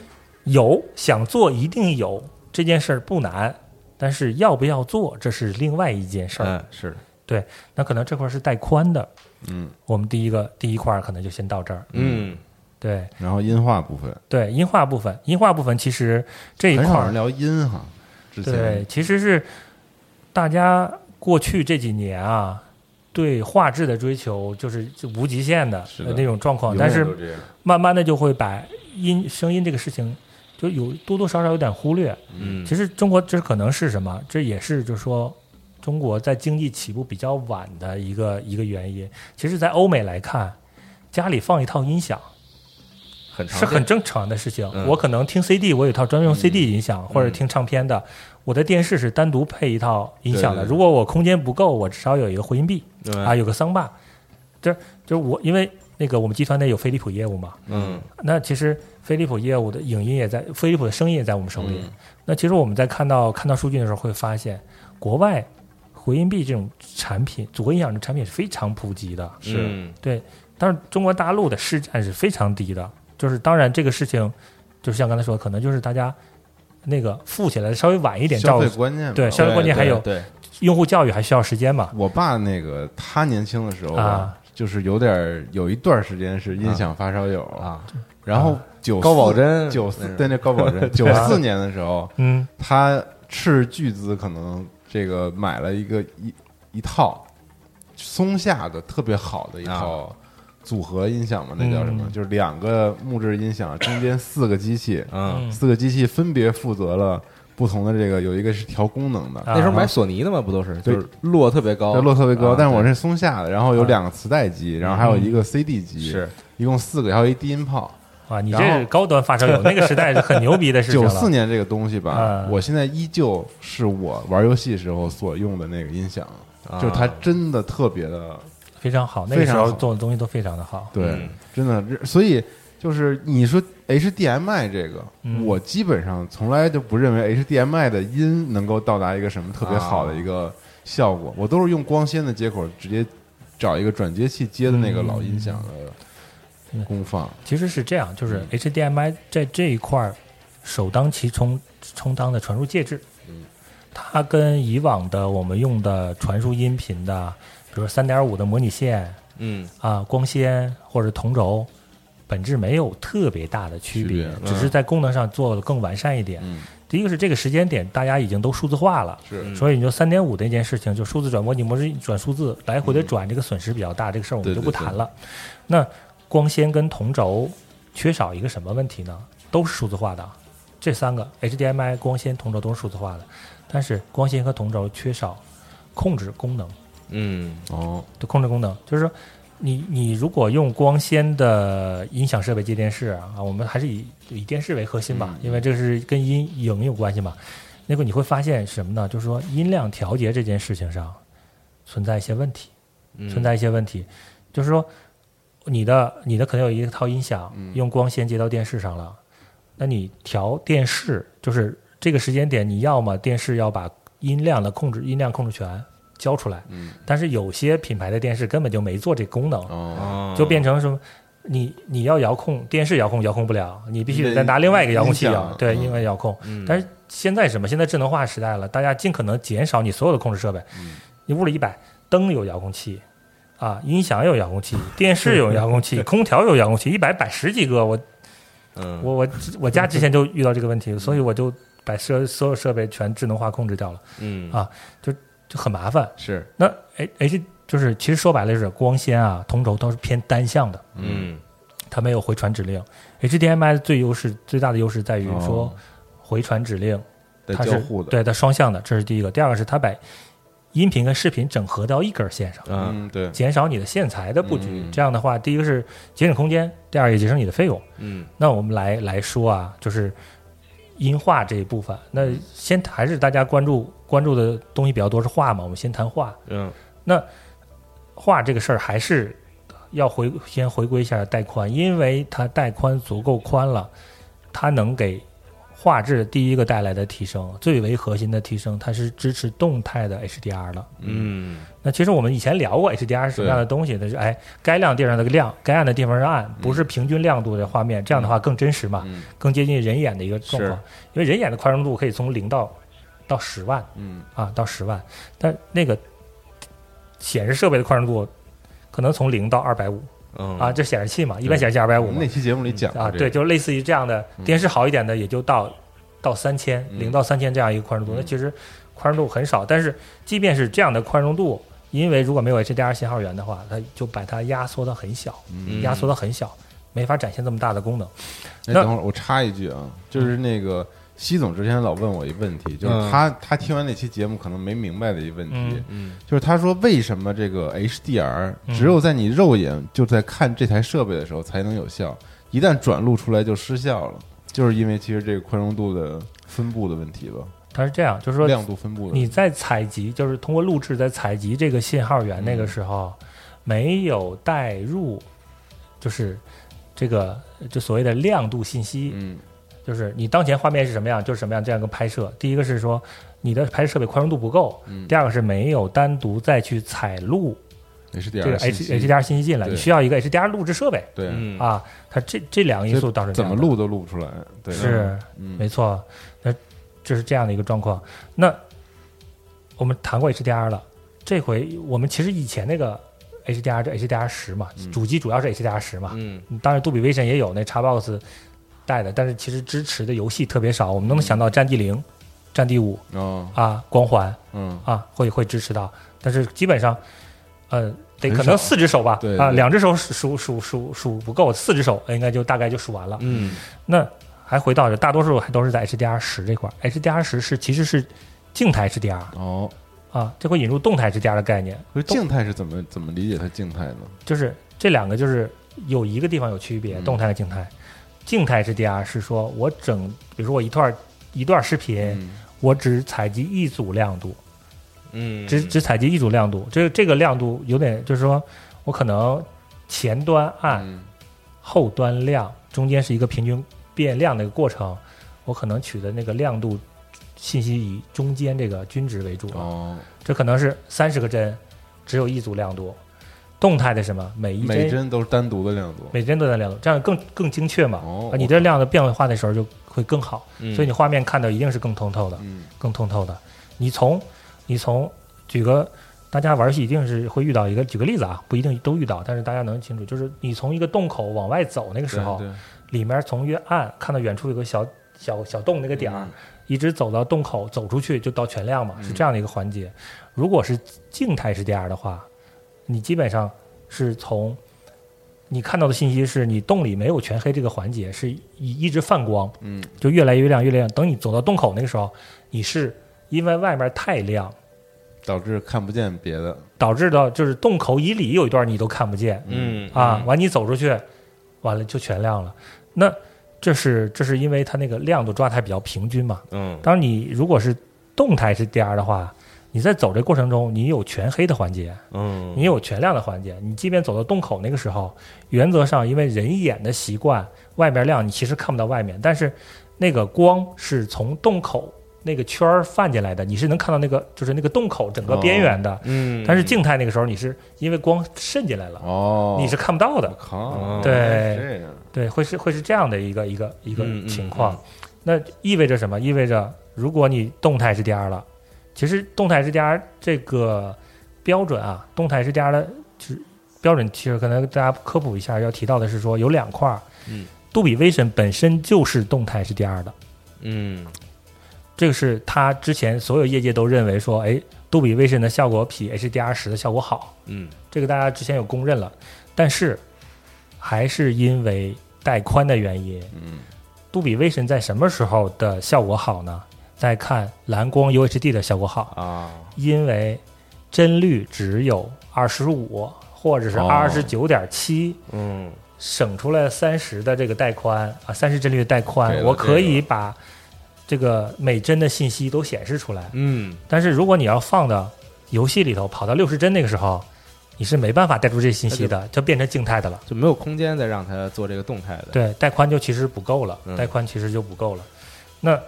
Speaker 3: 有想做一定有这件事儿不难，但是要不要做这是另外一件事儿。
Speaker 1: 哎
Speaker 2: 嗯，是的，
Speaker 3: 那可能这块儿是带宽的，
Speaker 1: 嗯，
Speaker 3: 我们第一个第一块儿可能就先到这儿。
Speaker 2: 嗯，
Speaker 3: 对
Speaker 1: 然后音画部分，
Speaker 3: 对，音画部分，音画部分其实这一
Speaker 1: 很
Speaker 3: 块
Speaker 1: 少人
Speaker 3: 儿，
Speaker 1: 聊音哈，之
Speaker 3: 对
Speaker 1: 前，，
Speaker 3: 其实是大家过去这几年啊，对画质的追求就是就无极限的
Speaker 1: 是的
Speaker 3: 那种状况，
Speaker 1: 永
Speaker 3: 但
Speaker 1: 远
Speaker 3: 是
Speaker 1: 都这样
Speaker 3: 慢慢的就会把音声音这个事情就有多多少少有点忽略。
Speaker 2: 嗯，
Speaker 3: 其实中国这可能是什么？这也是就是说中国在经济起步比较晚的一个一个原因。其实，在欧美来看，家里放一套音响，
Speaker 2: 很常
Speaker 3: 是
Speaker 2: 见
Speaker 3: 很正常的事情。
Speaker 2: 嗯
Speaker 3: 我可能听 CD，我有一套专门用 CD 音响，或者听唱片的。我的电视是单独配一套音响的。
Speaker 2: 对对对嗯
Speaker 3: 如果我空间不够，我至少有一个回音壁
Speaker 2: 对
Speaker 3: 啊，有个桑巴。这就是我，因为那个我们集团内有飞利浦业务嘛，
Speaker 2: 嗯
Speaker 3: 那其实飞利浦业务的影音也在，飞利浦的声音也在我们手里。
Speaker 2: 嗯
Speaker 3: 那其实我们在看到看到数据的时候，会发现国外回音壁这种产品，组合音响的产品是非常普及的。嗯
Speaker 2: 是
Speaker 3: 对，但是中国大陆的市占是非常低的。就是当然这个事情，就是像刚才说，可能就是大家那个富起来稍微晚一点，
Speaker 1: 消
Speaker 3: 照
Speaker 1: 费
Speaker 3: 顾
Speaker 1: 观念嘛
Speaker 3: 对消费观念还有
Speaker 2: 对对
Speaker 3: 用户教育还需要时间嘛。
Speaker 1: 我爸那个他年轻的时候
Speaker 3: 啊，
Speaker 1: 就是有点儿有一段时间是音响发烧友，
Speaker 2: 啊，
Speaker 1: 然后九
Speaker 2: 高保真
Speaker 1: 九
Speaker 2: 那
Speaker 1: 四
Speaker 2: 是
Speaker 1: 对那高保真 九
Speaker 3: 啊
Speaker 1: 四年的时候，
Speaker 3: 嗯，
Speaker 1: 他斥巨资可能这个买了一个一一套松下的特别好的一
Speaker 2: 啊
Speaker 1: 套组合音响嘛，那叫什么？
Speaker 3: 嗯
Speaker 1: 就是两个木质音响中间四个机器，
Speaker 2: 嗯，
Speaker 3: 嗯
Speaker 1: 四个机器分别负责了不同的这个，有一个是调功能的，
Speaker 3: 啊
Speaker 2: 那时候买索尼的嘛，不都是
Speaker 1: 对
Speaker 2: 就是落特别高，
Speaker 1: 叫洛特维格，
Speaker 2: 啊
Speaker 1: 但是我
Speaker 2: 对嗯
Speaker 1: 是松下的，然后有两个磁带机，然后还有一个 CD 机，
Speaker 2: 是
Speaker 1: 一共四个，还有一低音炮。
Speaker 3: 啊，你这
Speaker 1: 然后
Speaker 3: 是高端发烧友，那个时代是很牛逼的事情
Speaker 1: 九
Speaker 3: 了。
Speaker 1: 四年这个东西吧，
Speaker 3: 嗯
Speaker 1: 我现在依旧是我玩游戏时候所用的那个音响，
Speaker 2: 啊
Speaker 1: 就是它真的特别
Speaker 3: 嗯
Speaker 1: 的
Speaker 3: 非常好，那个时
Speaker 1: 非常
Speaker 3: 候
Speaker 1: 好
Speaker 3: 做的东西都非常的好。
Speaker 1: 对，
Speaker 2: 嗯
Speaker 1: 真的，所以就是你说 HDMI 这个，
Speaker 3: 嗯
Speaker 1: 我基本上从来就不认为 HDMI 的音能够到达一个什么特别好
Speaker 3: 啊
Speaker 1: 的一个效果，我都是用光纤的接口直接找一个转接器接的那个老音响
Speaker 3: 嗯
Speaker 1: 的功放，
Speaker 3: 其实是这样，就是 HDMI 在这一块儿首当其冲充当的传输介质。它跟以往的我们用的传输音频的，比如三点五的模拟线
Speaker 2: 嗯
Speaker 3: 啊、光纤或者同轴，本质没有特别大的区别，
Speaker 1: 区
Speaker 3: 只是在功能上做的更完善一点。
Speaker 1: 嗯
Speaker 3: 第一个是这个时间点大家已经都数字化了，
Speaker 1: 是
Speaker 2: 嗯
Speaker 3: 所以你就三点五那件事情，就数字转模拟模式转数字，来回的转，这个损失比较大，这个事儿我们就不谈了。那光纤跟同轴缺少一个什么问题呢？都是数字化的，这三个 HDMI、光纤、同轴都是数字化的，但是光纤和同轴缺少控制功能。
Speaker 2: 嗯
Speaker 1: 哦，
Speaker 3: 的控制功能，就是说你你如果用光纤的音响设备接电视啊，我们还是以以电视为核心吧，因为这是跟音影有关系嘛。那个你会发现什么呢？就是说音量调节这件事情上存在一些问题，
Speaker 2: 嗯
Speaker 3: 存在一些问题，就是说你的你的可能有一套音响
Speaker 1: 嗯
Speaker 3: 用光纤接到电视上了，那你调电视就是这个时间点，你要么电视要把音量的控制音量控制权交出来，
Speaker 1: 嗯
Speaker 3: 但是有些品牌的电视根本就没做这功能，
Speaker 1: 哦，
Speaker 2: 哦
Speaker 3: 就变成什么？你你要遥控电视遥控遥控不了，你必须得再拿另外一个遥控器
Speaker 1: 音
Speaker 3: 遥
Speaker 1: 响
Speaker 3: 对，
Speaker 1: 嗯
Speaker 3: 另外遥控。
Speaker 2: 嗯
Speaker 3: 但是现在是什么？现在智能化时代了，大家尽可能减少你所有的控制设备。
Speaker 2: 嗯
Speaker 3: 你屋里一摆，灯有遥控器，啊，音响有遥控 器，电视有遥控器，空调有遥控器，一摆摆十几个。我
Speaker 2: 嗯
Speaker 3: 我我我家之前就遇到这个问题，所以我就把设所有设备全智能化控制掉了，
Speaker 2: 嗯
Speaker 3: 啊就很麻烦。
Speaker 2: 是
Speaker 3: 那 H H 就是其实说白了是光纤啊，同轴都是偏单向的，
Speaker 2: 嗯
Speaker 3: 它没有回传指令。HDMI 的最优势最大的优势在于说
Speaker 1: 哦
Speaker 3: 回传指令，
Speaker 2: 嗯
Speaker 1: 在
Speaker 3: 它
Speaker 1: 交
Speaker 3: 是
Speaker 1: 互的，，
Speaker 3: 对它双向的，这是第一个。第二个是它把音频跟视频整合到一根线上，
Speaker 2: 啊
Speaker 1: 嗯对，
Speaker 3: 减少你的线材的布局。
Speaker 1: 嗯
Speaker 3: 这样的话，第一个是节省空间，第二个也节省你的费用。
Speaker 2: 嗯
Speaker 3: 那我们来来说啊，就是音画这一部分。那先还是大家关注关注的东西比较多是画嘛，我们先谈画。
Speaker 2: 嗯
Speaker 3: 画这个事儿还是要回先回归一下带宽，因为它带宽足够宽了，它能给画质第一个带来的提升，最为核心的提升，它是支持动态的 HDR 了。
Speaker 2: 嗯
Speaker 3: 那其实我们以前聊过 HDR 是什么样的东西，它是哎，该亮地方的亮，该暗的地方是暗，不是平均亮度的画面，这样的话更真实嘛，
Speaker 1: 嗯
Speaker 3: 更接近人眼的一个状况
Speaker 2: 是。
Speaker 3: 因为人眼的宽容度可以从零到到十万，
Speaker 1: 嗯
Speaker 3: 啊，到十万，但那个显示设备的宽容度可能从零到二百五
Speaker 2: 嗯
Speaker 3: 啊，这显示器嘛，一般显示器二百
Speaker 1: 我
Speaker 3: 五
Speaker 1: 们那期节目里讲过
Speaker 3: 啊，
Speaker 1: 这
Speaker 3: 对，
Speaker 1: 个
Speaker 3: 就类似于这样的，电视好一点的也就到到三千，
Speaker 1: 嗯
Speaker 3: 零到三千这样一个宽容度，那其实宽容度很少，但是即便是这样的宽容度，因为如果没有 HDR 信号源的话，它就把它压缩到很小，
Speaker 2: 嗯
Speaker 3: 压缩到很小，没法展现这么大的功能。
Speaker 1: 哎，
Speaker 3: 那
Speaker 1: 等会儿我插一句啊，就是那个西总之前老问我一问题，就是
Speaker 2: 嗯
Speaker 1: 他他听完那期节目可能没明白的一问题
Speaker 3: 嗯，
Speaker 2: 嗯
Speaker 1: 就是他说为什么这个 HDR
Speaker 3: 嗯
Speaker 1: 只有在你肉眼就在看这台设备的时候才能有效？一旦转录出来就失效了，就是因为其实这个宽容度的分布的问题吧，
Speaker 3: 它是这样，就是说
Speaker 1: 亮度分布的问题。
Speaker 3: 你在采集，就是通过录制在采集这个信号源
Speaker 1: 嗯
Speaker 3: 那个时候，没有带入，就是这个就所谓的亮度信息，
Speaker 1: 嗯
Speaker 3: 就是你当前画面是什么样，就是什么样这样一个拍摄。第一个是说你的拍摄设备宽容度不够，
Speaker 1: 嗯
Speaker 3: 第二个是没有单独再去采录这
Speaker 1: ，HDR
Speaker 3: 个
Speaker 1: 信
Speaker 3: H
Speaker 1: 息
Speaker 3: HDR 信息进来，
Speaker 1: 对
Speaker 3: 你需要一个 HDR 录制设备
Speaker 1: 对，
Speaker 2: 嗯，
Speaker 3: 啊。它这这两个因素
Speaker 1: 所以
Speaker 3: 导致这
Speaker 1: 怎么
Speaker 3: 样的
Speaker 1: 录都录不出来，对，
Speaker 3: 是
Speaker 1: 嗯
Speaker 3: 没错，那这是这样的一个状况。那我们谈过 HDR 了，这回我们其实以前那个 HDR 这 HDR 十嘛，
Speaker 1: 嗯
Speaker 3: 主机主要是 HDR 十嘛，
Speaker 2: 嗯，
Speaker 3: 当然杜比 Vision 也有那 Xbox 带的，但是其实支持的游戏特别少。我们能想到《
Speaker 1: 嗯
Speaker 3: 战地零》《战地五
Speaker 1: 哦》，
Speaker 3: 啊，《光环
Speaker 1: 嗯》
Speaker 3: 啊，会会支持到，但是基本上，呃。得
Speaker 1: 很
Speaker 3: 可能
Speaker 1: 少
Speaker 3: 四只手吧，
Speaker 1: 对
Speaker 3: 啊，
Speaker 1: 对
Speaker 3: 两只手数数数数不够，四只手应该就大概就数完了。
Speaker 2: 嗯，
Speaker 3: 那还回到这，大多数还都是在 HDR 十这块儿，HDR 十是其实是静态 HDR
Speaker 1: 哦，
Speaker 3: 啊，这会引入动态 HDR 的概念，
Speaker 1: 所以静态是怎么怎么理解它静态呢？
Speaker 3: 就是这两个就是有一个地方有区别，
Speaker 1: 嗯
Speaker 3: 动态和静态。静态 HDR 是说我整，比如说我一段一段视频，
Speaker 1: 嗯
Speaker 3: 我只采集一组亮度，
Speaker 2: 嗯，
Speaker 3: 只只采集一组亮度，这个这个亮度有点就是说我可能前端暗，
Speaker 1: 嗯
Speaker 3: 后端亮，中间是一个平均变亮的一个过程，我可能取的那个亮度信息以中间这个均值为主，
Speaker 1: 哦，
Speaker 3: 这可能是三十个帧，只有一组亮度。动态的什么，每一
Speaker 1: 每
Speaker 3: 帧
Speaker 1: 帧都是单独的亮度，
Speaker 3: 每帧都在亮度，这样更更精确嘛？
Speaker 1: 哦
Speaker 3: 啊，你这亮的变化的时候就会更好，
Speaker 2: 嗯
Speaker 3: 所以你画面看到一定是更通透的，
Speaker 1: 嗯
Speaker 3: 更通透的。你从你从举个大家玩游戏一定是会遇到一个举个例子啊，不一定都遇到，但是大家能清楚，就是你从一个洞口往外走那个时候，
Speaker 1: 对对
Speaker 3: 里面从越暗看到远处有个小小小洞那个点儿，一直走到洞口走出去就到全亮嘛，是这样的一个环节。如果是静态是这样的话，你基本上是从你看到的信息是你洞里没有全黑这个环节，是一一直泛光，
Speaker 1: 嗯，
Speaker 3: 就越来越亮越来越亮。等你走到洞口那个时候，你是因为外面太亮，
Speaker 1: 导致看不见别的，
Speaker 3: 导致到就是洞口以里有一段你都看不见，
Speaker 2: 嗯
Speaker 3: 啊，，完你走出去，完了就全亮了。那这是这是因为它那个亮度抓的还比较平均嘛。
Speaker 2: 嗯
Speaker 3: 当你如果是动态是 DR 的话，你在走这过程中，你有全黑的环节，
Speaker 2: 嗯，
Speaker 3: 你有全亮的环节。你即便走到洞口那个时候，原则上因为人眼的习惯，外面亮你其实看不到外面，但是那个光是从洞口那个圈儿泛进来的，你是能看到那个就是那个洞口整个边缘的。
Speaker 2: 嗯，
Speaker 3: 但是静态那个时候，你是因为光渗进来了，
Speaker 1: 哦，
Speaker 3: 你是看不到的
Speaker 1: 我。靠，
Speaker 2: 嗯
Speaker 3: 对
Speaker 1: 这样，
Speaker 3: 对，会是会是这样的一个一个一个
Speaker 2: 嗯嗯
Speaker 3: 情况。那意味着什么？意味着如果你动态 HDR 了，其实动态 HDR 这个标准啊，动态 HDR 的就是标准，其实可能大家科普一下，要提到的是说有两块，
Speaker 2: 嗯，
Speaker 3: 杜比 Vision 本身就是动态 HDR 的，
Speaker 2: 嗯
Speaker 3: 这个是它之前所有业界都认为说，哎，杜比 Vision 的效果比 HDR 十的效果好，
Speaker 2: 嗯
Speaker 3: 这个大家之前有公认了，但是还是因为带宽的原因，
Speaker 1: 嗯，
Speaker 3: 杜比 Vision 在什么时候的效果好呢？在看蓝光 UHD 的效果好，
Speaker 2: 啊
Speaker 3: 因为帧率只有二十五或者是
Speaker 1: 哦
Speaker 3: 二十九点七，
Speaker 2: 嗯
Speaker 3: 省出来三十的这个带宽啊，三十帧率的带
Speaker 1: 给
Speaker 3: 宽，
Speaker 1: 了
Speaker 3: 我可以把这个每帧的信息都显示出来。
Speaker 2: 嗯
Speaker 3: 但是如果你要放到游戏里头，跑到六十帧那个时候，你是没办法带出这些信息的，就变成静态的了。
Speaker 2: 就没有空间再让它做这个动态的，
Speaker 3: 对，带宽就其实不够了
Speaker 2: 嗯，
Speaker 3: 带宽其实就不够了。那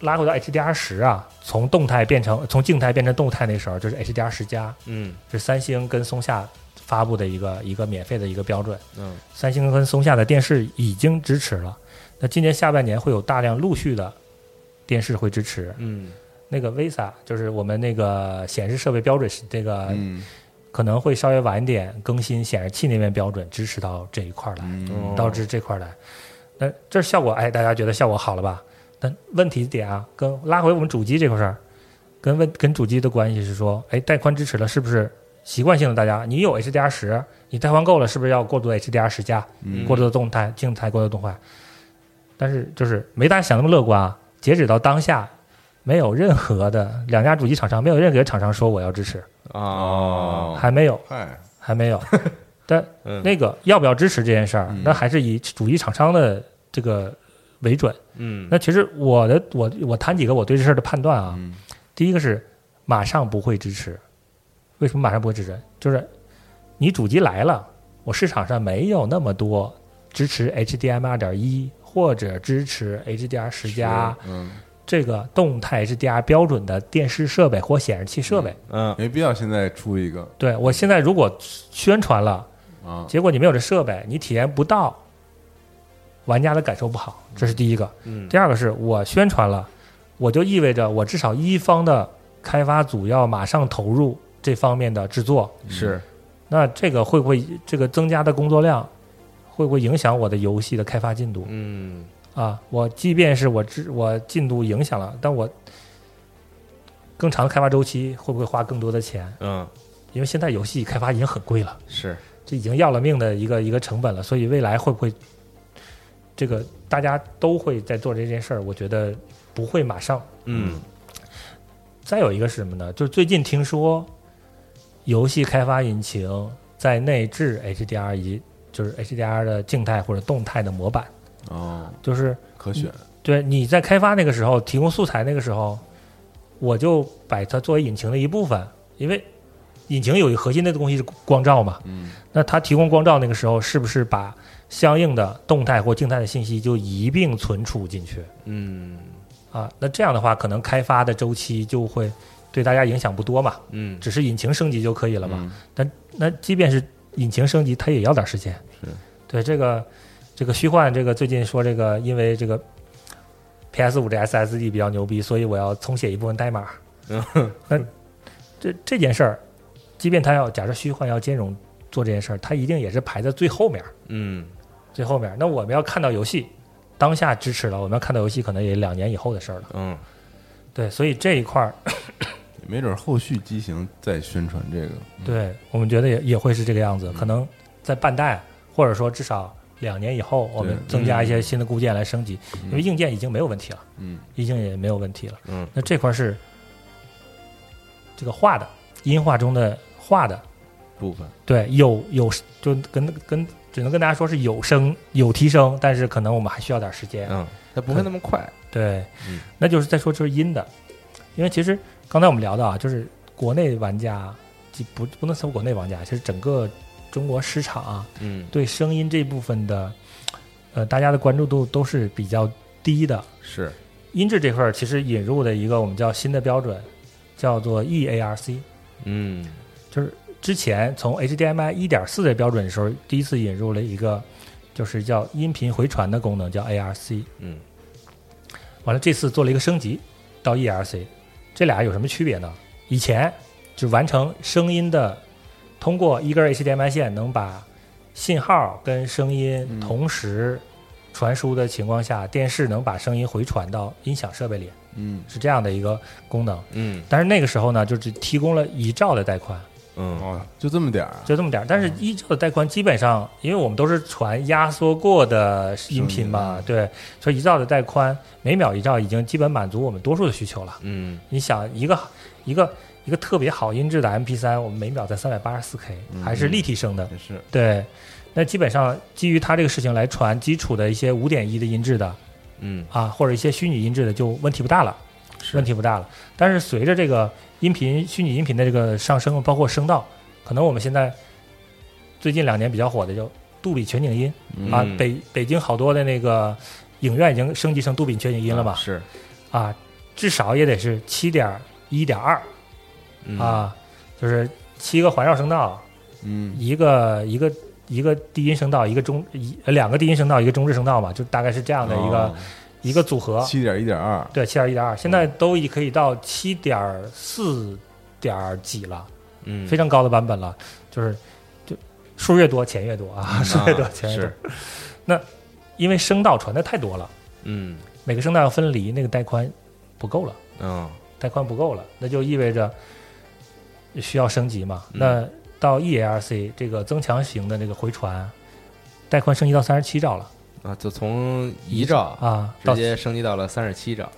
Speaker 3: 拉回到 HDR 十啊，从动态变成从静态变成动态那时候，就是 HDR 十加，
Speaker 2: 嗯
Speaker 3: 是三星跟松下发布的一个一个免费的一个标准。
Speaker 2: 嗯，
Speaker 3: 三星跟松下的电视已经支持了，那今年下半年会有大量陆续的电视会支持。
Speaker 2: 嗯
Speaker 3: 那个 Visa 就是我们那个显示设备标准是这个
Speaker 1: 嗯
Speaker 3: 可能会稍微晚一点更新显示器那边标准，支持到这一块儿来，
Speaker 1: 嗯
Speaker 3: 导致这块儿来。那这效果，哎，大家觉得效果好了吧？但问题点啊，跟拉回我们主机这块事儿，跟问跟主机的关系是说，哎，带宽支持了，是不是习惯性的大家你有 HDR 十，你带宽够了，是不是要过渡到 HDR 十加？
Speaker 1: 嗯
Speaker 3: 过度的动态、静态、过度的动态。但是就是没大家想那么乐观啊！截止到当下，没有任何的两家主机厂商，没有任何一个厂商说我要支持，
Speaker 2: 啊
Speaker 1: 哦，
Speaker 3: 还没有，
Speaker 1: 嗨，
Speaker 3: 还没有但
Speaker 2: 嗯
Speaker 3: 那个要不要支持这件事儿
Speaker 1: 嗯，
Speaker 3: 那还是以主机厂商的这个为准。
Speaker 2: 嗯
Speaker 3: 那其实我的我我谈几个我对这事儿的判断啊，
Speaker 1: 嗯
Speaker 3: 第一个是马上不会支持，为什么马上不会支持？就是你主机来了，我市场上没有那么多支持 HDMI 二点一或者支持 HDR 十加
Speaker 1: 嗯，
Speaker 3: 这个动态 HDR 标准的电视设备或显示器设备。
Speaker 2: 嗯
Speaker 1: 没必要现在出一个
Speaker 3: 对我现在如果宣传了，
Speaker 1: 啊，
Speaker 3: 结果你没有这设备，你体验不到，玩家的感受不好，这是第一个。
Speaker 2: 嗯
Speaker 3: 第二个是我宣传了，我就意味着我至少一方的开发组要马上投入这方面的制作，
Speaker 2: 是
Speaker 3: 那这个会不会这个增加的工作量，会不会影响我的游戏的开发进度
Speaker 2: 嗯
Speaker 3: 啊？我即便是我制我进度影响了，但我更长的开发周期会不会花更多的钱？
Speaker 2: 嗯
Speaker 3: 因为现在游戏开发已经很贵了。
Speaker 2: 是
Speaker 3: 这已经要了命的一个一个成本了，所以未来会不会这个大家都会在做这件事儿？我觉得不会马上。
Speaker 2: 嗯
Speaker 3: 再有一个是什么呢？就是最近听说游戏开发引擎在内置 HDR 一，就是 HDR 的静态或者动态的模板，
Speaker 1: 哦，
Speaker 3: 就是
Speaker 1: 可选，
Speaker 3: 对你在开发那个时候提供素材那个时候，我就把它作为引擎的一部分，因为引擎有一个核心的东西是光照嘛，
Speaker 1: 嗯
Speaker 3: 那它提供光照那个时候，是不是把相应的动态或静态的信息就一并存储进去
Speaker 2: 嗯
Speaker 3: 啊？那这样的话，可能开发的周期就会对大家影响不多嘛，
Speaker 2: 嗯
Speaker 3: 只是引擎升级就可以了嘛。
Speaker 1: 嗯
Speaker 3: 但那即便是引擎升级，它也要点时间。
Speaker 1: 是，
Speaker 3: 对这个这个虚幻，这个最近说这个因为这个 PS 五这 SSD 比较牛逼，所以我要重写一部分 代码。那这这件事儿，即便它要假设虚幻要兼容做这件事儿，它一定也是排在最后面儿，
Speaker 2: 嗯
Speaker 3: 最后面儿。那我们要看到游戏当下支持了，我们要看到游戏可能也两年以后的事儿了。
Speaker 2: 嗯
Speaker 3: 对，所以这一块儿，
Speaker 1: 也没准儿后续机型再宣传这个，
Speaker 2: 嗯
Speaker 3: 对我们觉得也也会是这个样子，可能在半代，或者说至少两年以后，我们
Speaker 1: 对
Speaker 3: 增加一些新的固件来升级，
Speaker 1: 嗯
Speaker 3: 因为硬件已经没有问题了，
Speaker 1: 嗯
Speaker 3: 已经也没有问题了。
Speaker 2: 嗯，
Speaker 3: 那这块是这个画的音画中的画的，
Speaker 2: 部分
Speaker 3: 对，有有就跟跟只能跟大家说是有升有提升，但是可能我们还需要点时间。
Speaker 2: 嗯，它不会那么快，
Speaker 3: 对，
Speaker 2: 嗯
Speaker 3: 那就是再说就是阴的，因为其实刚才我们聊到啊，就是国内玩家，就不不能说国内玩家，其实整个中国市场啊，
Speaker 2: 嗯
Speaker 3: 对声音这部分的，呃，大家的关注度都是比较低的。
Speaker 2: 是
Speaker 3: 音质这块儿其实引入的一个我们叫新的标准，叫做 E EARC，
Speaker 2: 嗯
Speaker 3: 就是之前从 HDMI 一点四的标准的时候，第一次引入了一个就是叫音频回传的功能，叫 ARC。
Speaker 2: 嗯
Speaker 3: 完了这次做了一个升级到 ERC，这俩有什么区别呢？以前就完成声音的，通过一根 HDMI 线能把信号跟声音
Speaker 1: 嗯
Speaker 3: 同时传输的情况下，电视能把声音回传到音响设备里，
Speaker 1: 嗯
Speaker 3: 是这样的一个功能。
Speaker 2: 嗯
Speaker 3: 但是那个时候呢，就只提供了一兆的带宽，
Speaker 2: 嗯
Speaker 1: 哦，就这么点儿啊，
Speaker 3: 就这么点儿。但是一兆的带宽基本上，因为我们都是传压缩过的音频嘛，对，所以一兆的带宽，每秒一兆已经基本满足我们多数的需求了。
Speaker 2: 嗯
Speaker 3: 你想一个一个一个特别好音质的 MP 3我们每秒在三百八十四 K，还
Speaker 2: 嗯
Speaker 3: 是立体声的，
Speaker 1: 也是，
Speaker 3: 对。那基本上基于它这个事情来传基础的一些五点一的音质的
Speaker 2: 嗯
Speaker 3: 啊，或者一些虚拟音质的，就问题不大了，
Speaker 2: 是
Speaker 3: 问题不大了。但是随着这个音频虚拟音频的这个上升，包括声道，可能我们现在最近两年比较火的就杜比全景音啊
Speaker 2: 嗯，
Speaker 3: 北北京好多的那个影院已经升级成杜比全景音了嘛，
Speaker 2: 是
Speaker 3: 啊，至少也得是七点一点二
Speaker 2: 嗯
Speaker 3: 啊，就是七个环绕声道，
Speaker 1: 嗯
Speaker 3: 一个一个一个低音声道，一个中一呃两个低音声道，一个中置声道嘛，就大概是这样的一
Speaker 2: 哦
Speaker 3: 个、一个组合。
Speaker 1: 七点一点二，
Speaker 3: 对，七点一点二，现
Speaker 2: 嗯
Speaker 3: 在都已可以到七点四点几了，
Speaker 2: 嗯
Speaker 3: 非常高的版本了，就是就数越多钱越多啊， 数越多钱越多。
Speaker 2: 是
Speaker 3: 那因为声道传的太多了，
Speaker 2: 嗯
Speaker 3: 每个声道要分离，那个带宽不够了。
Speaker 2: 嗯
Speaker 3: 带宽不够了，那就意味着需要升级嘛。
Speaker 2: 嗯
Speaker 3: 那到 E EARC 这个增强型的那个回传，带宽升级到三十七兆了
Speaker 2: 啊，就从一兆
Speaker 3: 啊，
Speaker 2: 直
Speaker 3: 到
Speaker 2: 接升级到了三十七兆，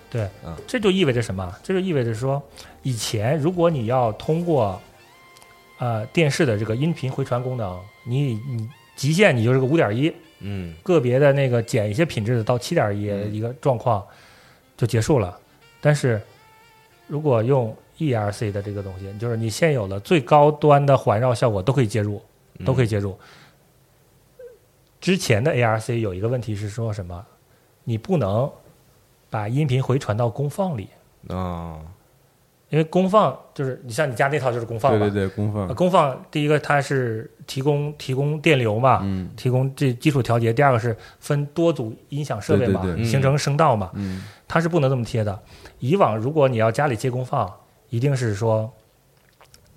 Speaker 3: 这就意味着什么？这就意味着说，以前如果你要通过呃电视的这个音频回传功能，你你极限你就是个五点一，
Speaker 2: 嗯，
Speaker 3: 个别的那个减一些品质的到七点一
Speaker 2: 嗯
Speaker 3: 一个状况就结束了。但是如果用 ERC 的这个东西，就是你现有的最高端的环绕效果都可以接入，
Speaker 1: 嗯
Speaker 2: 嗯
Speaker 3: 都可以接入。之前的 ARC 有一个问题是说什么？你不能把音频回传到功放里，
Speaker 2: 啊，
Speaker 3: 因为功放就是你像你家那套就是功放
Speaker 1: 对
Speaker 3: 嘛。
Speaker 1: 对对，功
Speaker 3: 呃
Speaker 1: 放，
Speaker 3: 功放第一个它是提供提供电流嘛，
Speaker 1: 嗯
Speaker 3: 提供这基础调节。第二个是分多组音响设备嘛，
Speaker 1: 对对
Speaker 2: 对
Speaker 3: 形成声道嘛，
Speaker 1: 嗯
Speaker 3: 它是不能这么贴的。以往如果你要家里接功放，一定是说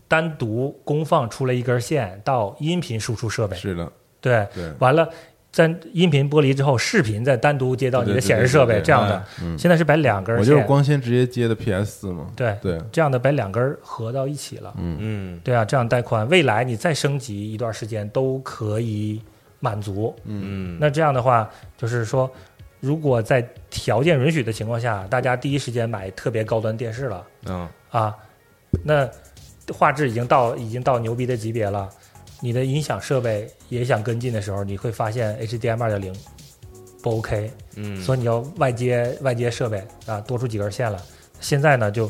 Speaker 3: 单独功放出来一根线到音频输出设备，
Speaker 1: 是的，
Speaker 3: 对，
Speaker 1: 对，
Speaker 3: 完了。在音频剥离之后，视频再单独接到你的显示设备，
Speaker 1: 对对对对对
Speaker 3: 这样的
Speaker 1: 哎。嗯
Speaker 3: 现在是把两根
Speaker 1: 我就是
Speaker 3: 线，
Speaker 1: 光纤直接接的 PS 四嘛，
Speaker 3: 对，
Speaker 1: 对，
Speaker 3: 这样的把两根儿合到一起了。
Speaker 1: 嗯
Speaker 2: 嗯
Speaker 3: 对啊，这样带宽，未来你再升级一段时间都可以满足。
Speaker 2: 嗯，
Speaker 3: 那这样的话，就是说，如果在条件允许的情况下，大家第一时间买特别高端电视了
Speaker 2: 啊，
Speaker 3: 啊，那画质已经到已经到牛逼的级别了，你的音响设备也想跟进的时候，你会发现 HDMI 二点零不 OK，
Speaker 2: 嗯，
Speaker 3: 所以你要外接外接设备啊，多出几根线了。现在呢，就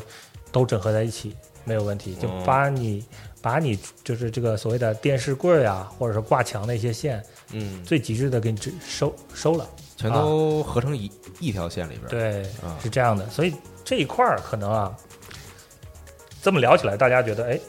Speaker 3: 都整合在一起，没有问题，就
Speaker 2: 哦
Speaker 3: 把你、把你就是这个所谓的电视柜儿呀，或者说挂墙的一些线，
Speaker 2: 嗯，
Speaker 3: 最极致的给你只收收了。
Speaker 2: 全都合成一一条线里边儿。
Speaker 3: 对，
Speaker 2: 啊
Speaker 3: 是这样的。所以这一块儿可能啊，这么聊起来，大家觉得哎，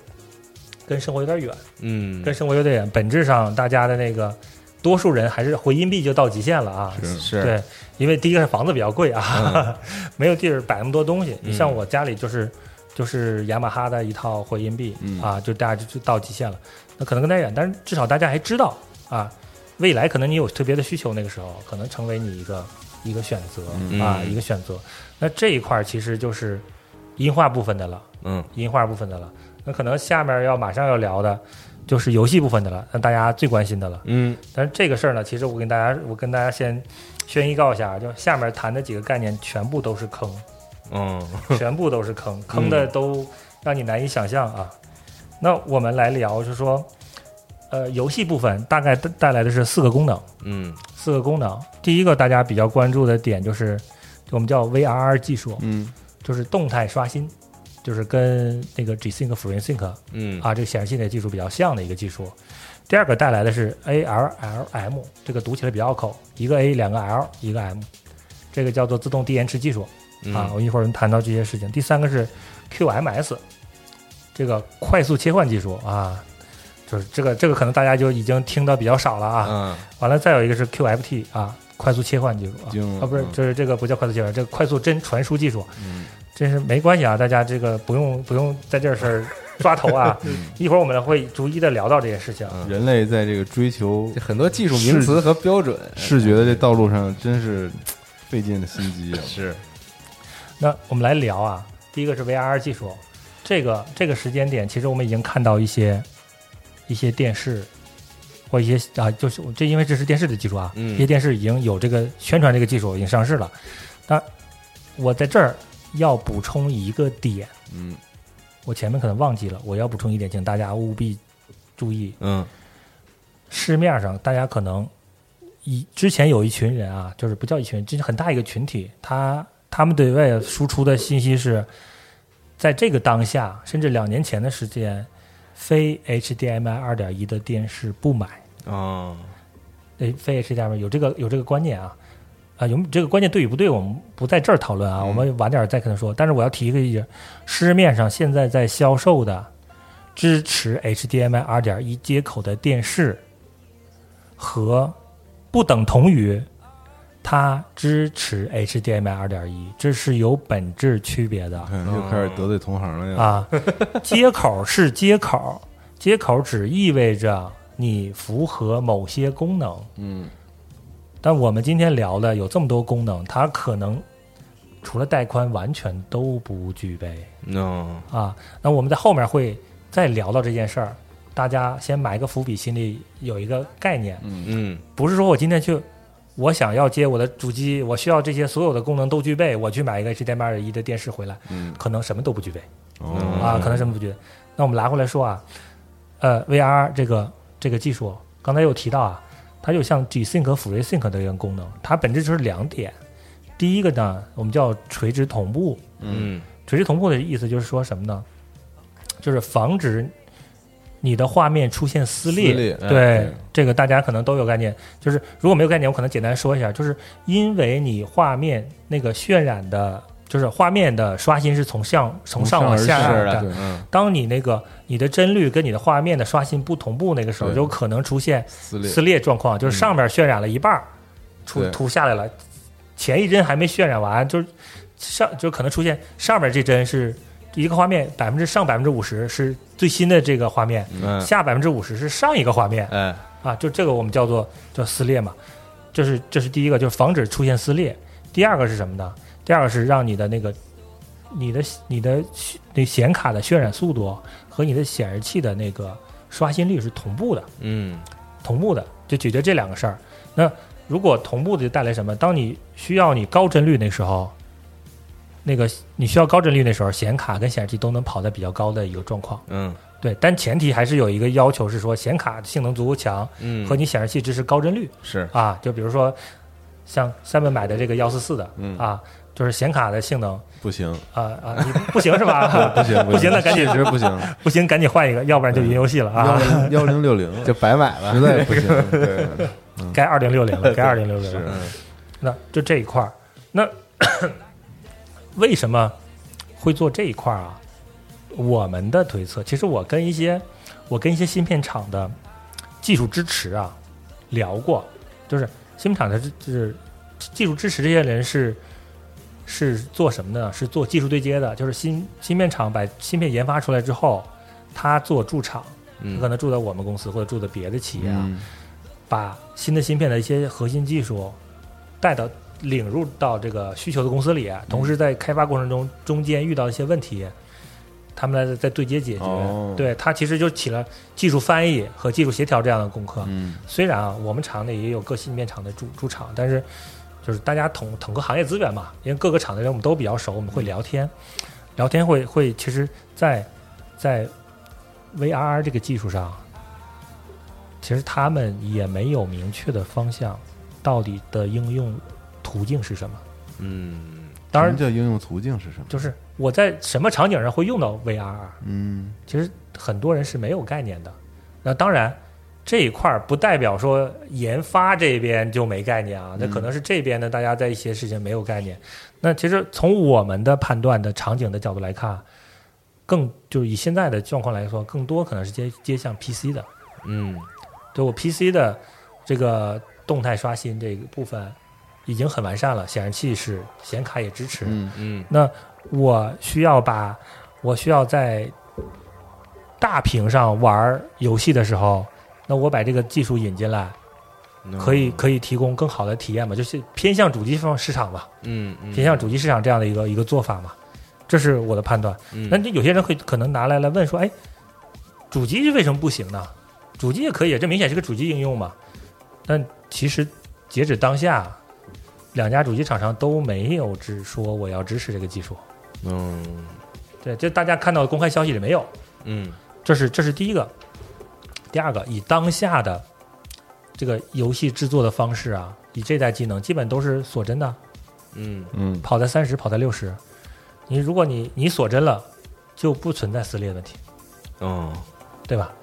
Speaker 3: 跟生活有点远，
Speaker 2: 嗯，
Speaker 3: 跟生活有点远。本质上，大家的那个多数人还是回音壁就到极限了啊。
Speaker 1: 是，
Speaker 2: 是，
Speaker 3: 对，因为第一个是房子比较贵啊，没有地儿摆那么多东西。你像
Speaker 2: 嗯
Speaker 3: 我家里就是就是雅马哈的一套回音壁、
Speaker 1: 嗯
Speaker 3: 啊，就大家就就到极限了。那可能跟大家远，但是至少大家还知道啊，未来可能你有特别的需求，那个时候可能成为你一个一个选择、
Speaker 2: 嗯
Speaker 3: 啊，一个选择。那这一块儿其实就是音画部分的了，
Speaker 2: 嗯，
Speaker 3: 音画部分的了。那可能下面要马上要聊的就是游戏部分的了，那大家最关心的了。
Speaker 2: 嗯
Speaker 3: 但是这个事儿呢，其实我跟大家，我跟大家先先预告一下，啊就下面谈的几个概念全部都是坑，
Speaker 2: 嗯
Speaker 3: 全部都是坑，坑的都让你难以想象啊。那我们来聊，就是说，呃，游戏部分大概带带来的是四个功能，
Speaker 2: 嗯
Speaker 3: 四个功能。第一个大家比较关注的点就是，我们叫 VRR 技术，
Speaker 1: 嗯
Speaker 3: 就是动态刷新，就是跟那个 G-Sync、FreeSync
Speaker 2: 嗯，
Speaker 3: 啊，这个显示器的技术比较像的一个技术。第二个带来的是 ALLM，这个读起来比较拗口，一个 A 两个 L 一个 M，这个叫做自动低延迟技术啊。
Speaker 2: 嗯
Speaker 3: 我一会儿谈到这些事情。第三个是 QMS，这个快速切换技术啊，就是这个这个可能大家就已经听到比较少了啊。
Speaker 2: 嗯
Speaker 3: 完了，再有一个是 QFT 啊，快速切换技术啊
Speaker 1: 经，了
Speaker 3: 啊不是
Speaker 1: 嗯，
Speaker 3: 就是这个不叫快速切换，这个快速帧传输技术，啊
Speaker 1: 嗯
Speaker 3: 真是没关系啊，大家这个不用不用在这事儿抓头啊，一会儿我们会逐一的聊到这些事情。
Speaker 2: 嗯
Speaker 1: 人类在这个追求
Speaker 2: 这很多技术名词和标准
Speaker 1: 视觉的这道路上，真是费尽了心机啊。
Speaker 2: 是，
Speaker 3: 那我们来聊啊，第一个是 VR 技术，这个这个时间点，其实我们已经看到一些一些电视或一些啊，就是这因为这是电视的技术啊，
Speaker 2: 嗯
Speaker 3: 一些电视已经有这个宣传这个技术已经上市了。那我在这儿要补充一个点，
Speaker 1: 嗯，
Speaker 3: 我前面可能忘记了，我要补充一点，请大家务必注意。
Speaker 2: 嗯
Speaker 3: 市面上大家可能以之前有一群人啊，就是不叫一群人，这是很大一个群体，他他们对外输出的信息是在这个当下，甚至两年前的时间，非 HDMI 二点一的电视不买，
Speaker 2: 啊，
Speaker 3: 对，哎非 HDMI 有这个有这个观念啊。啊，有这个观念对与不对，我们不在这儿讨论啊，我们晚点儿再可能说。但是我要提一个意见，市面上现在在销售的支持 HDMI 二点一接口的电视，和不等同于它支持 HDMI 二点一，这是有本质区别的
Speaker 1: 看又开始得罪同行了呀。
Speaker 3: 啊。接口是接口，接口只意味着你符合某些功能。
Speaker 1: 嗯，
Speaker 3: 但我们今天聊的有这么多功能，它可能除了带宽完全都不具备
Speaker 2: 嗯
Speaker 3: 啊。那我们在后面会再聊到这件事儿，大家先埋个伏笔，心里有一个概念，
Speaker 2: 嗯
Speaker 3: 不是说我今天去。我想要接我的主机，我需要这些所有的功能都具备，我去买一个 HDMI 二一的电视回来，
Speaker 1: 嗯
Speaker 3: 可能什么都不具备
Speaker 1: 哦，
Speaker 3: 嗯啊，可能什么都不具备。那我们拿回来说啊，呃 VR 这个这个技术，刚才有提到啊，它就像 G-Sync 和 FreeSync 的一个功能，它本质就是两点。第一个呢，我们叫垂直同步。
Speaker 1: 哦
Speaker 2: 嗯
Speaker 3: 垂直同步的意思就是说什么呢？就是防止你的画面出现撕裂。
Speaker 2: 撕裂哎
Speaker 3: 对
Speaker 1: 对，
Speaker 3: 这个大家可能都有概念。就是如果没有概念，我可能简单说一下，就是因为你画面那个渲染的，就是画面的刷新是从上从上往下
Speaker 1: 是
Speaker 3: 的，
Speaker 1: 对
Speaker 2: 嗯，
Speaker 3: 当你那个你的帧率跟你的画面的刷新不同步那个时候，
Speaker 2: 对
Speaker 3: 有可能出现
Speaker 2: 撕裂嗯
Speaker 3: 撕裂状况，就是上面渲染了一半儿，出
Speaker 2: 对
Speaker 3: 图下来了，前一帧还没渲染完，就是上就可能出现上面这帧是一个画面百分之上百分之五十是最新的这个画面，
Speaker 2: 嗯
Speaker 3: 下百分之五十是上一个画面
Speaker 2: 哎
Speaker 3: 啊，就这个我们叫做叫撕裂嘛，这是这是第一个，就是防止出现撕裂。第二个是什么呢？第二个是让你的那个你的你的那显卡的渲染速度和你的显示器的那个刷新率是同步的，
Speaker 2: 嗯
Speaker 3: 同步的，就解决这两个事儿。那如果同步的就带来什么？当你需要你高帧率那时候，那个你需要高帧率那时候，显卡跟显示器都能跑在比较高的一个状况。
Speaker 2: 嗯
Speaker 3: 对，但前提还是有一个要求是说，显卡性能足够强，
Speaker 2: 嗯
Speaker 3: 和你显示器支持高帧率
Speaker 2: 是
Speaker 3: 啊。就比如说像三本买的这个幺四四的
Speaker 2: 嗯
Speaker 3: 啊，就是显卡的性能
Speaker 2: 不行
Speaker 3: 啊啊，你不行是吧？
Speaker 2: 不行
Speaker 3: 不行，那赶紧
Speaker 2: 确实 不行，
Speaker 1: 啊
Speaker 3: 不行，赶紧换一个，要不然就云游戏了
Speaker 2: 幺
Speaker 3: 啊。
Speaker 2: 零幺零六零
Speaker 1: 就白买了，实在 不行。对，
Speaker 3: 该二零六零了，该二零六零
Speaker 1: 是
Speaker 3: 了。那就这一块儿，那 为什么会做这一块儿啊？我们的推测，其实我跟一些我跟一些芯片厂的技术支持啊聊过，就是芯片厂的支就是技术支持这些人是是做什么的呢？是做技术对接的，就是芯芯片厂把芯片研发出来之后，他做驻场，他可
Speaker 2: 嗯
Speaker 3: 能驻在我们公司或者驻在别的企
Speaker 1: 嗯
Speaker 3: 业啊。把新的芯片的一些核心技术带到领入到这个需求的公司里，啊同时在开发过程中中间遇到一些问题，他们来再对接解决。
Speaker 2: 哦
Speaker 3: 对，它其实就起了技术翻译和技术协调这样的功课。
Speaker 1: 嗯，
Speaker 3: 虽然啊，我们厂内也有各芯片厂的驻驻场，但是就是大家统统合行业资源嘛，因为各个厂的人我们都比较熟，我们会聊天，聊天会会其实在，在 VRR 这个技术上，其实他们也没有明确的方向，到底的应用途径是什么。
Speaker 2: 嗯
Speaker 3: 当
Speaker 1: 什
Speaker 3: 然
Speaker 1: 么，叫应用途径是什么？
Speaker 3: 就是我在什么场景上会用到 VRR，
Speaker 1: 嗯，
Speaker 3: 其实很多人是没有概念的。那当然，这一块儿不代表说研发这边就没概念啊，那可能是这边呢，大家在一些事情没有概念。那其实从我们的判断的场景的角度来看，更就是以现在的状况来说，更多可能是接接向 PC 的，
Speaker 2: 嗯
Speaker 3: 对我 PC 的这个动态刷新这个部分已经很完善了，显示器是显卡也支持，
Speaker 1: 嗯
Speaker 2: 嗯
Speaker 3: 那我需要把我需要在大屏上玩游戏的时候，那我把这个技术引进来，
Speaker 2: 嗯
Speaker 3: 可以可以提供更好的体验嘛？就是偏向主机方市场吧，
Speaker 2: 嗯嗯
Speaker 3: 偏向主机市场这样的一个一个做法嘛，这是我的判断。
Speaker 2: 嗯
Speaker 3: 那就有些人会可能拿来来问说，哎，主机为什么不行呢？主机也可以，这明显是个主机应用嘛。但其实截止当下，两家主机厂商都没有支说我要支持这个技术。
Speaker 2: 嗯
Speaker 3: 对，这大家看到的公开消息里没有，
Speaker 2: 嗯
Speaker 3: 这是这是第一个。第二个，以当下的这个游戏制作的方式啊，以这代技能基本都是锁帧的，
Speaker 2: 嗯
Speaker 1: 嗯
Speaker 3: 跑在三十，跑在六十。你如果你你锁帧了，就不存在撕裂问题，
Speaker 2: 哦
Speaker 3: 对吧？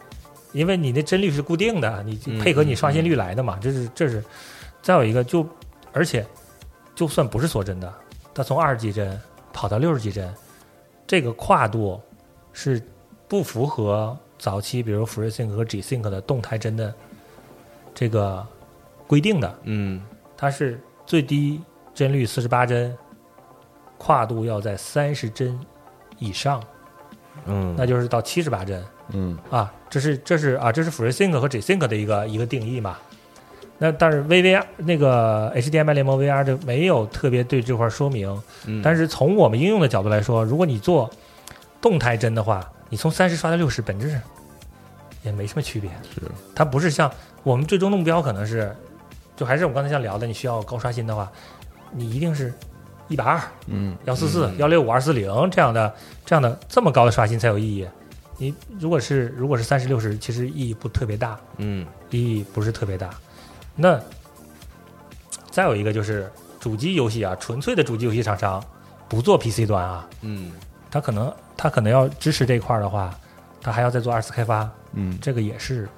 Speaker 3: 因为你的帧率是固定的，你
Speaker 2: 嗯
Speaker 3: 配合你刷新率来的嘛，这是这是。再有一个就，而且就算不是锁帧的，它从二十几帧跑到六十几帧，这个跨度是不符合早期比如 FreeSync 和 G-Sync 的动态帧的这个规定的，
Speaker 2: 嗯
Speaker 3: 它是最低帧率四十八帧，跨度要在三十帧以上，
Speaker 2: 嗯
Speaker 3: 那就是到七十八帧。
Speaker 1: 嗯
Speaker 3: 啊，这是这是啊，这是 FreeSync 和 G-Sync 的一个一个定义嘛。那但是 VVR 那个 HDMI 联盟 VR 这没有特别对这块说明，
Speaker 2: 嗯
Speaker 3: 但是从我们应用的角度来说，如果你做动态帧的话，你从三十刷到六十，本质上也没什么区别。是，它不是像我们最终的目标可能是，就还是我们刚才像聊的，你需要高刷新的话，你一定是一百二、
Speaker 1: 嗯
Speaker 3: 幺四四、幺六五、二四零这样的这样的这么高的刷新才有意义。你如果是如果是三十六十，其实意义不特别大，
Speaker 2: 嗯
Speaker 3: 意义不是特别大。那再有一个就是主机游戏啊，纯粹的主机游戏厂商不做 PC 端啊，
Speaker 2: 嗯
Speaker 3: 他可能他可能要支持这一块儿的话，他还要再做二次开发，
Speaker 1: 嗯
Speaker 3: 这个也是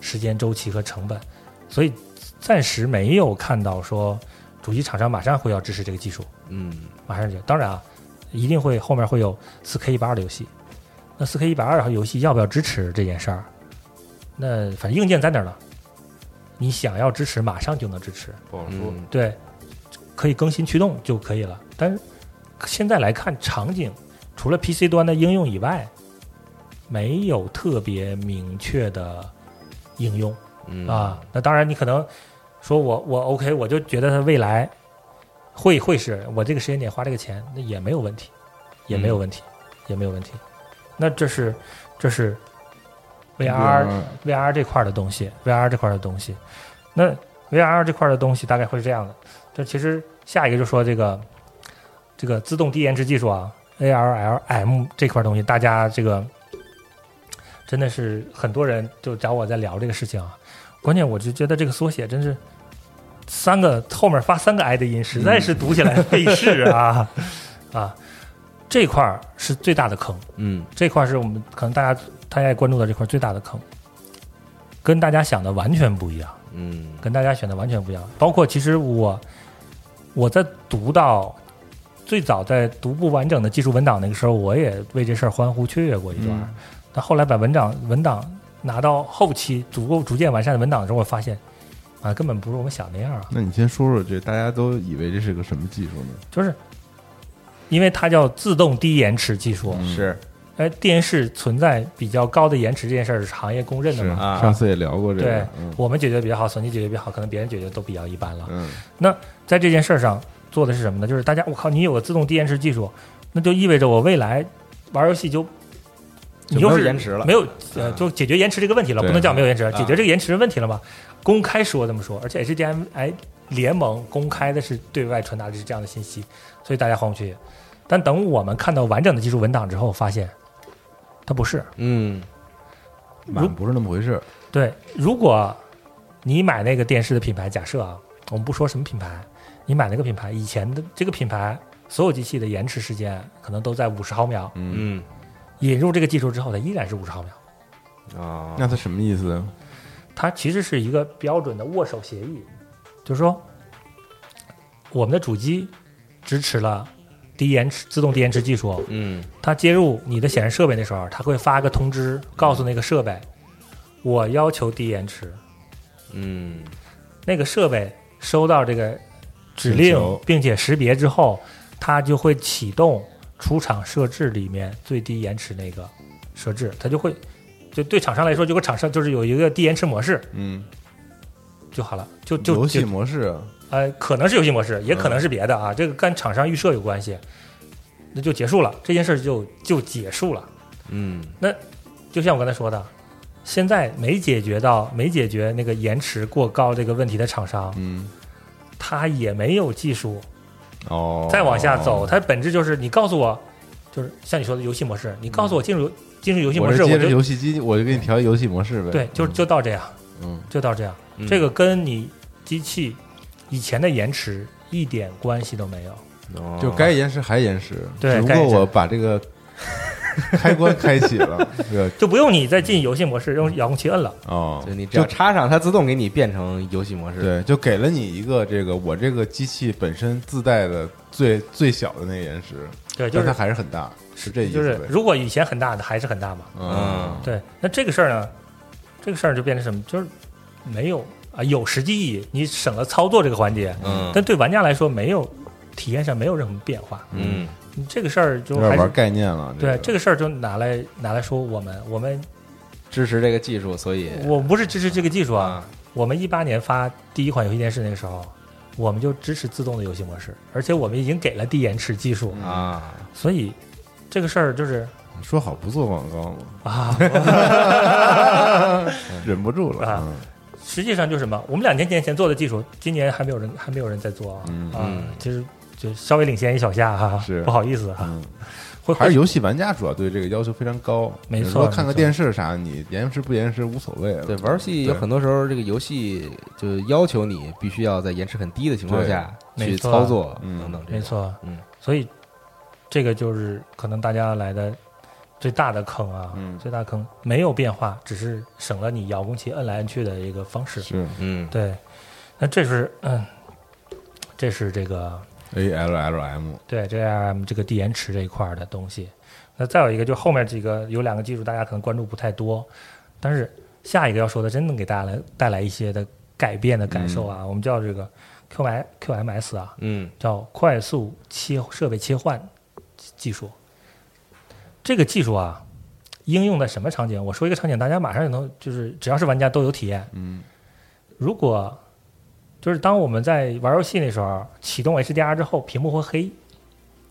Speaker 3: 时间周期和成本，所以暂时没有看到说主机厂商马上会要支持这个技术，
Speaker 2: 嗯
Speaker 3: 马上就。当然啊，一定会后面会有4 K 一百二的游戏，那4 K 一百二游戏要不要支持这件事儿？那反正硬件在那儿了，你想要支持马上就能支持，
Speaker 1: 不好说，
Speaker 2: 嗯
Speaker 3: 对，可以更新驱动就可以了。但是现在来看场景，除了 PC 端的应用以外，没有特别明确的应用。
Speaker 2: 嗯
Speaker 3: 啊，那当然你可能说我我 OK，我就觉得它未来会会是我这个时间点花这个钱，那也没有问题，也没有问题，也没有问题。那这是这是 VR VR 这块儿的东西，VR 这块儿的东西。那 VR 这块儿的东西大概会是这样的。这其实下一个就说这个这个自动低延迟技术啊，ARLM 这块儿东西，大家这个真的是很多人就找我在聊这个事情啊。关键我就觉得这个缩写真是三个后面发三个 i 的音，实在是读起来费事啊、 啊！这块儿是最大的坑。
Speaker 2: 嗯
Speaker 3: 这块儿是我们可能大家大家也关注到这块儿最大的坑，跟大家想的完全不一样，
Speaker 2: 嗯
Speaker 3: 跟大家选的完全不一样。包括其实我我在读到最早在读不完整的技术文档那个时候，我也为这事儿欢呼雀跃过一段儿。
Speaker 1: 嗯
Speaker 3: 但后来把文档文档拿到后期足够逐渐完善的文档的时候，我发现啊，根本不是我们想的那样啊。
Speaker 1: 那你先说说这，大家都以为这是个什么技术呢？
Speaker 3: 就是因为它叫自动低延迟技术，
Speaker 1: 嗯
Speaker 2: 是
Speaker 3: 哎，低延迟存在比较高的延迟这件事儿是行业公认的
Speaker 1: 是
Speaker 3: 嘛？
Speaker 2: 啊
Speaker 1: 上次也聊过这
Speaker 3: 对
Speaker 1: 个，嗯
Speaker 3: 我们解决比较好，索尼解决比较好，可能别人解决都比较一般了。
Speaker 1: 嗯
Speaker 3: 在这件事儿上做的是什么呢？就是大家，我靠，你有个自动低延迟技术，那就意味着我未来玩游戏就你
Speaker 2: 就
Speaker 3: 又
Speaker 2: 没有
Speaker 3: 是
Speaker 2: 延迟了
Speaker 3: 没有呃，
Speaker 2: 啊
Speaker 3: 就解决延迟这个问题了，
Speaker 1: 对
Speaker 3: 不能叫没有延迟，解
Speaker 2: 啊
Speaker 3: 决这个延迟的问题了吧？公开说这么说，而且 HDMI 联盟公开的是对外传达的是这样的信息，所以大家欢呼雀跃。但等我们看到完整的技术文档之后，发现它不是。
Speaker 2: 嗯
Speaker 1: 满不是那么回事，
Speaker 3: 对，如果你买那个电视的品牌，假设啊，我们不说什么品牌，你买那个品牌，以前的这个品牌所有机器的延迟时间可能都在五十毫秒，
Speaker 2: 嗯
Speaker 3: 引入这个技术之后，它依然是五十毫秒。
Speaker 2: 啊
Speaker 1: 那它什么意思？
Speaker 3: 它其实是一个标准的握手协议，就是说我们的主机支持了低延迟、自动低延迟技术，
Speaker 2: 嗯
Speaker 3: 它接入你的显示设备的时候，它会发个通知告诉那个设备，我要求低延迟。
Speaker 2: 嗯
Speaker 3: 那个设备收到这个指令
Speaker 1: 请求，
Speaker 3: 并且识别之后，它就会启动出厂设置里面最低延迟那个设置，它就会就对厂商来说，就跟厂商就是有一个低延迟模式
Speaker 1: 嗯，
Speaker 3: 就好了，就就
Speaker 1: 游戏
Speaker 3: 就
Speaker 1: 模式啊，
Speaker 3: 呃，可能是游戏模式，也可能是别的啊，这个跟厂商预设有关系，那就结束了，这件事就就结束了。
Speaker 2: 嗯
Speaker 3: 就像我刚才说的，现在没解决到没解决那个延迟过高这个问题的厂商，
Speaker 1: 嗯，
Speaker 3: 他也没有技术
Speaker 1: 哦，
Speaker 3: 再往下走，，它本质就是你告诉我，就是像你说的游戏模式，你告诉我进入、进入游戏模
Speaker 1: 嗯我
Speaker 3: 式，
Speaker 1: 是
Speaker 3: 我
Speaker 1: 接着
Speaker 3: 就
Speaker 1: 游戏机，我就给你调游戏模式呗，
Speaker 3: 对，就就到这样，
Speaker 1: 嗯
Speaker 3: 就到这样。
Speaker 2: 嗯
Speaker 3: 这个跟你机器以前的延迟一点关系都没有。
Speaker 2: 哦
Speaker 1: 就该延时还延时，
Speaker 3: 对
Speaker 1: 只不
Speaker 3: 该
Speaker 1: 过
Speaker 3: 延时
Speaker 1: 我把这 个开关开启了，对，
Speaker 3: 就不用你再进游戏模式，
Speaker 1: 嗯
Speaker 3: 用遥控器摁了。
Speaker 1: 哦，
Speaker 2: 就你只
Speaker 1: 就
Speaker 2: 要插上，它自动给你变成游戏模式。
Speaker 1: 对，就给了你一个这个我这个机器本身自带的最最小的那个延时，
Speaker 3: 对，就
Speaker 1: 但它
Speaker 3: 是
Speaker 1: 还是很大，是这意
Speaker 3: 就
Speaker 1: 思
Speaker 3: 是
Speaker 1: 呗，？
Speaker 3: 如果以前很大的还是很大嘛。
Speaker 1: 嗯，
Speaker 3: 对，那这个事儿呢，这个事儿就变成什么？就是没有啊，有实际意义，你省了操作这个环节，
Speaker 2: 嗯
Speaker 3: 但对玩家来说没有体验上没有任何变化。
Speaker 2: 嗯
Speaker 3: 你这个事儿就
Speaker 1: 有
Speaker 3: 还
Speaker 1: 点
Speaker 3: 是
Speaker 1: 玩概念了，
Speaker 3: 对
Speaker 1: 这
Speaker 3: 这
Speaker 1: 个
Speaker 3: 个事儿就拿来拿来说我们，我们
Speaker 2: 支持这个技术，所以
Speaker 3: 我不是支持这个技术啊。我们一八年发第一款游戏电视那个时候，我们就支持自动的游戏模式，而且我们已经给了低延迟技术，
Speaker 2: 啊
Speaker 3: 所以这个事儿就是
Speaker 1: 说好不做广告嘛，
Speaker 3: 啊，
Speaker 1: 忍不住了嗯
Speaker 3: 啊，实际上就是什么？我们两年前做的技术，今年还没有人还没有人在做啊，
Speaker 1: 嗯
Speaker 3: 啊
Speaker 2: 嗯
Speaker 3: 其实就稍微领先一小下哈、
Speaker 1: 是
Speaker 3: 不好意思哈、啊
Speaker 1: 嗯
Speaker 3: 会
Speaker 1: 还
Speaker 3: 会
Speaker 1: 是游戏玩家主要对这个要求非常高。
Speaker 3: 没
Speaker 1: 比
Speaker 3: 错
Speaker 1: 如说看
Speaker 3: 没
Speaker 1: 个
Speaker 3: 错
Speaker 1: 电视啥，你延时不延时无所谓了。
Speaker 2: 对，玩游戏有很多时候，这个游戏就要求你必须要在延迟很低的情况下
Speaker 3: 对
Speaker 2: 去
Speaker 3: 没错
Speaker 2: 操作
Speaker 1: 嗯
Speaker 2: 等等这种。
Speaker 3: 没错，
Speaker 2: 嗯，
Speaker 3: 所以这个就是可能大家来的最大的坑啊，
Speaker 1: 嗯
Speaker 3: 最大坑没有变化，只是省了你遥控器摁来摁去的一个方式。
Speaker 1: 是
Speaker 2: 嗯，
Speaker 3: 对，那这是嗯，这是这个
Speaker 1: A L L M，
Speaker 3: 对这样这个低延迟这一块儿的东西。那再有一个，就后面几个有两个技术大家可能关注不太多，但是下一个要说的，真能给大家来带来一些的改变的感受
Speaker 1: 嗯
Speaker 3: 啊。我们叫这个 QM QMS 啊，
Speaker 2: 嗯，
Speaker 3: 叫快速切设备切换技术。这个技术啊，应用在什么场景？我说一个场景，大家马上就能，就是只要是玩家都有体验。
Speaker 1: 嗯，
Speaker 3: 如果就是当我们在玩游戏那时候，启动 HDR 之后，屏幕会黑，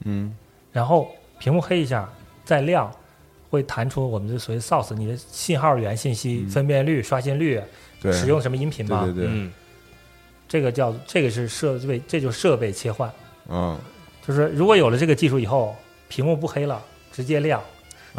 Speaker 1: 嗯
Speaker 3: 然后屏幕黑一下再亮，会弹出我们就所谓 source 你的信号源信息、分辨率、刷新率、
Speaker 1: 嗯对，
Speaker 3: 使用什么音频嘛，
Speaker 1: 对对对，
Speaker 2: 嗯，
Speaker 3: 这个叫这个是设备，这就是设备切换。
Speaker 1: 嗯，
Speaker 3: 就是如果有了这个技术以后，屏幕不黑了，直接亮，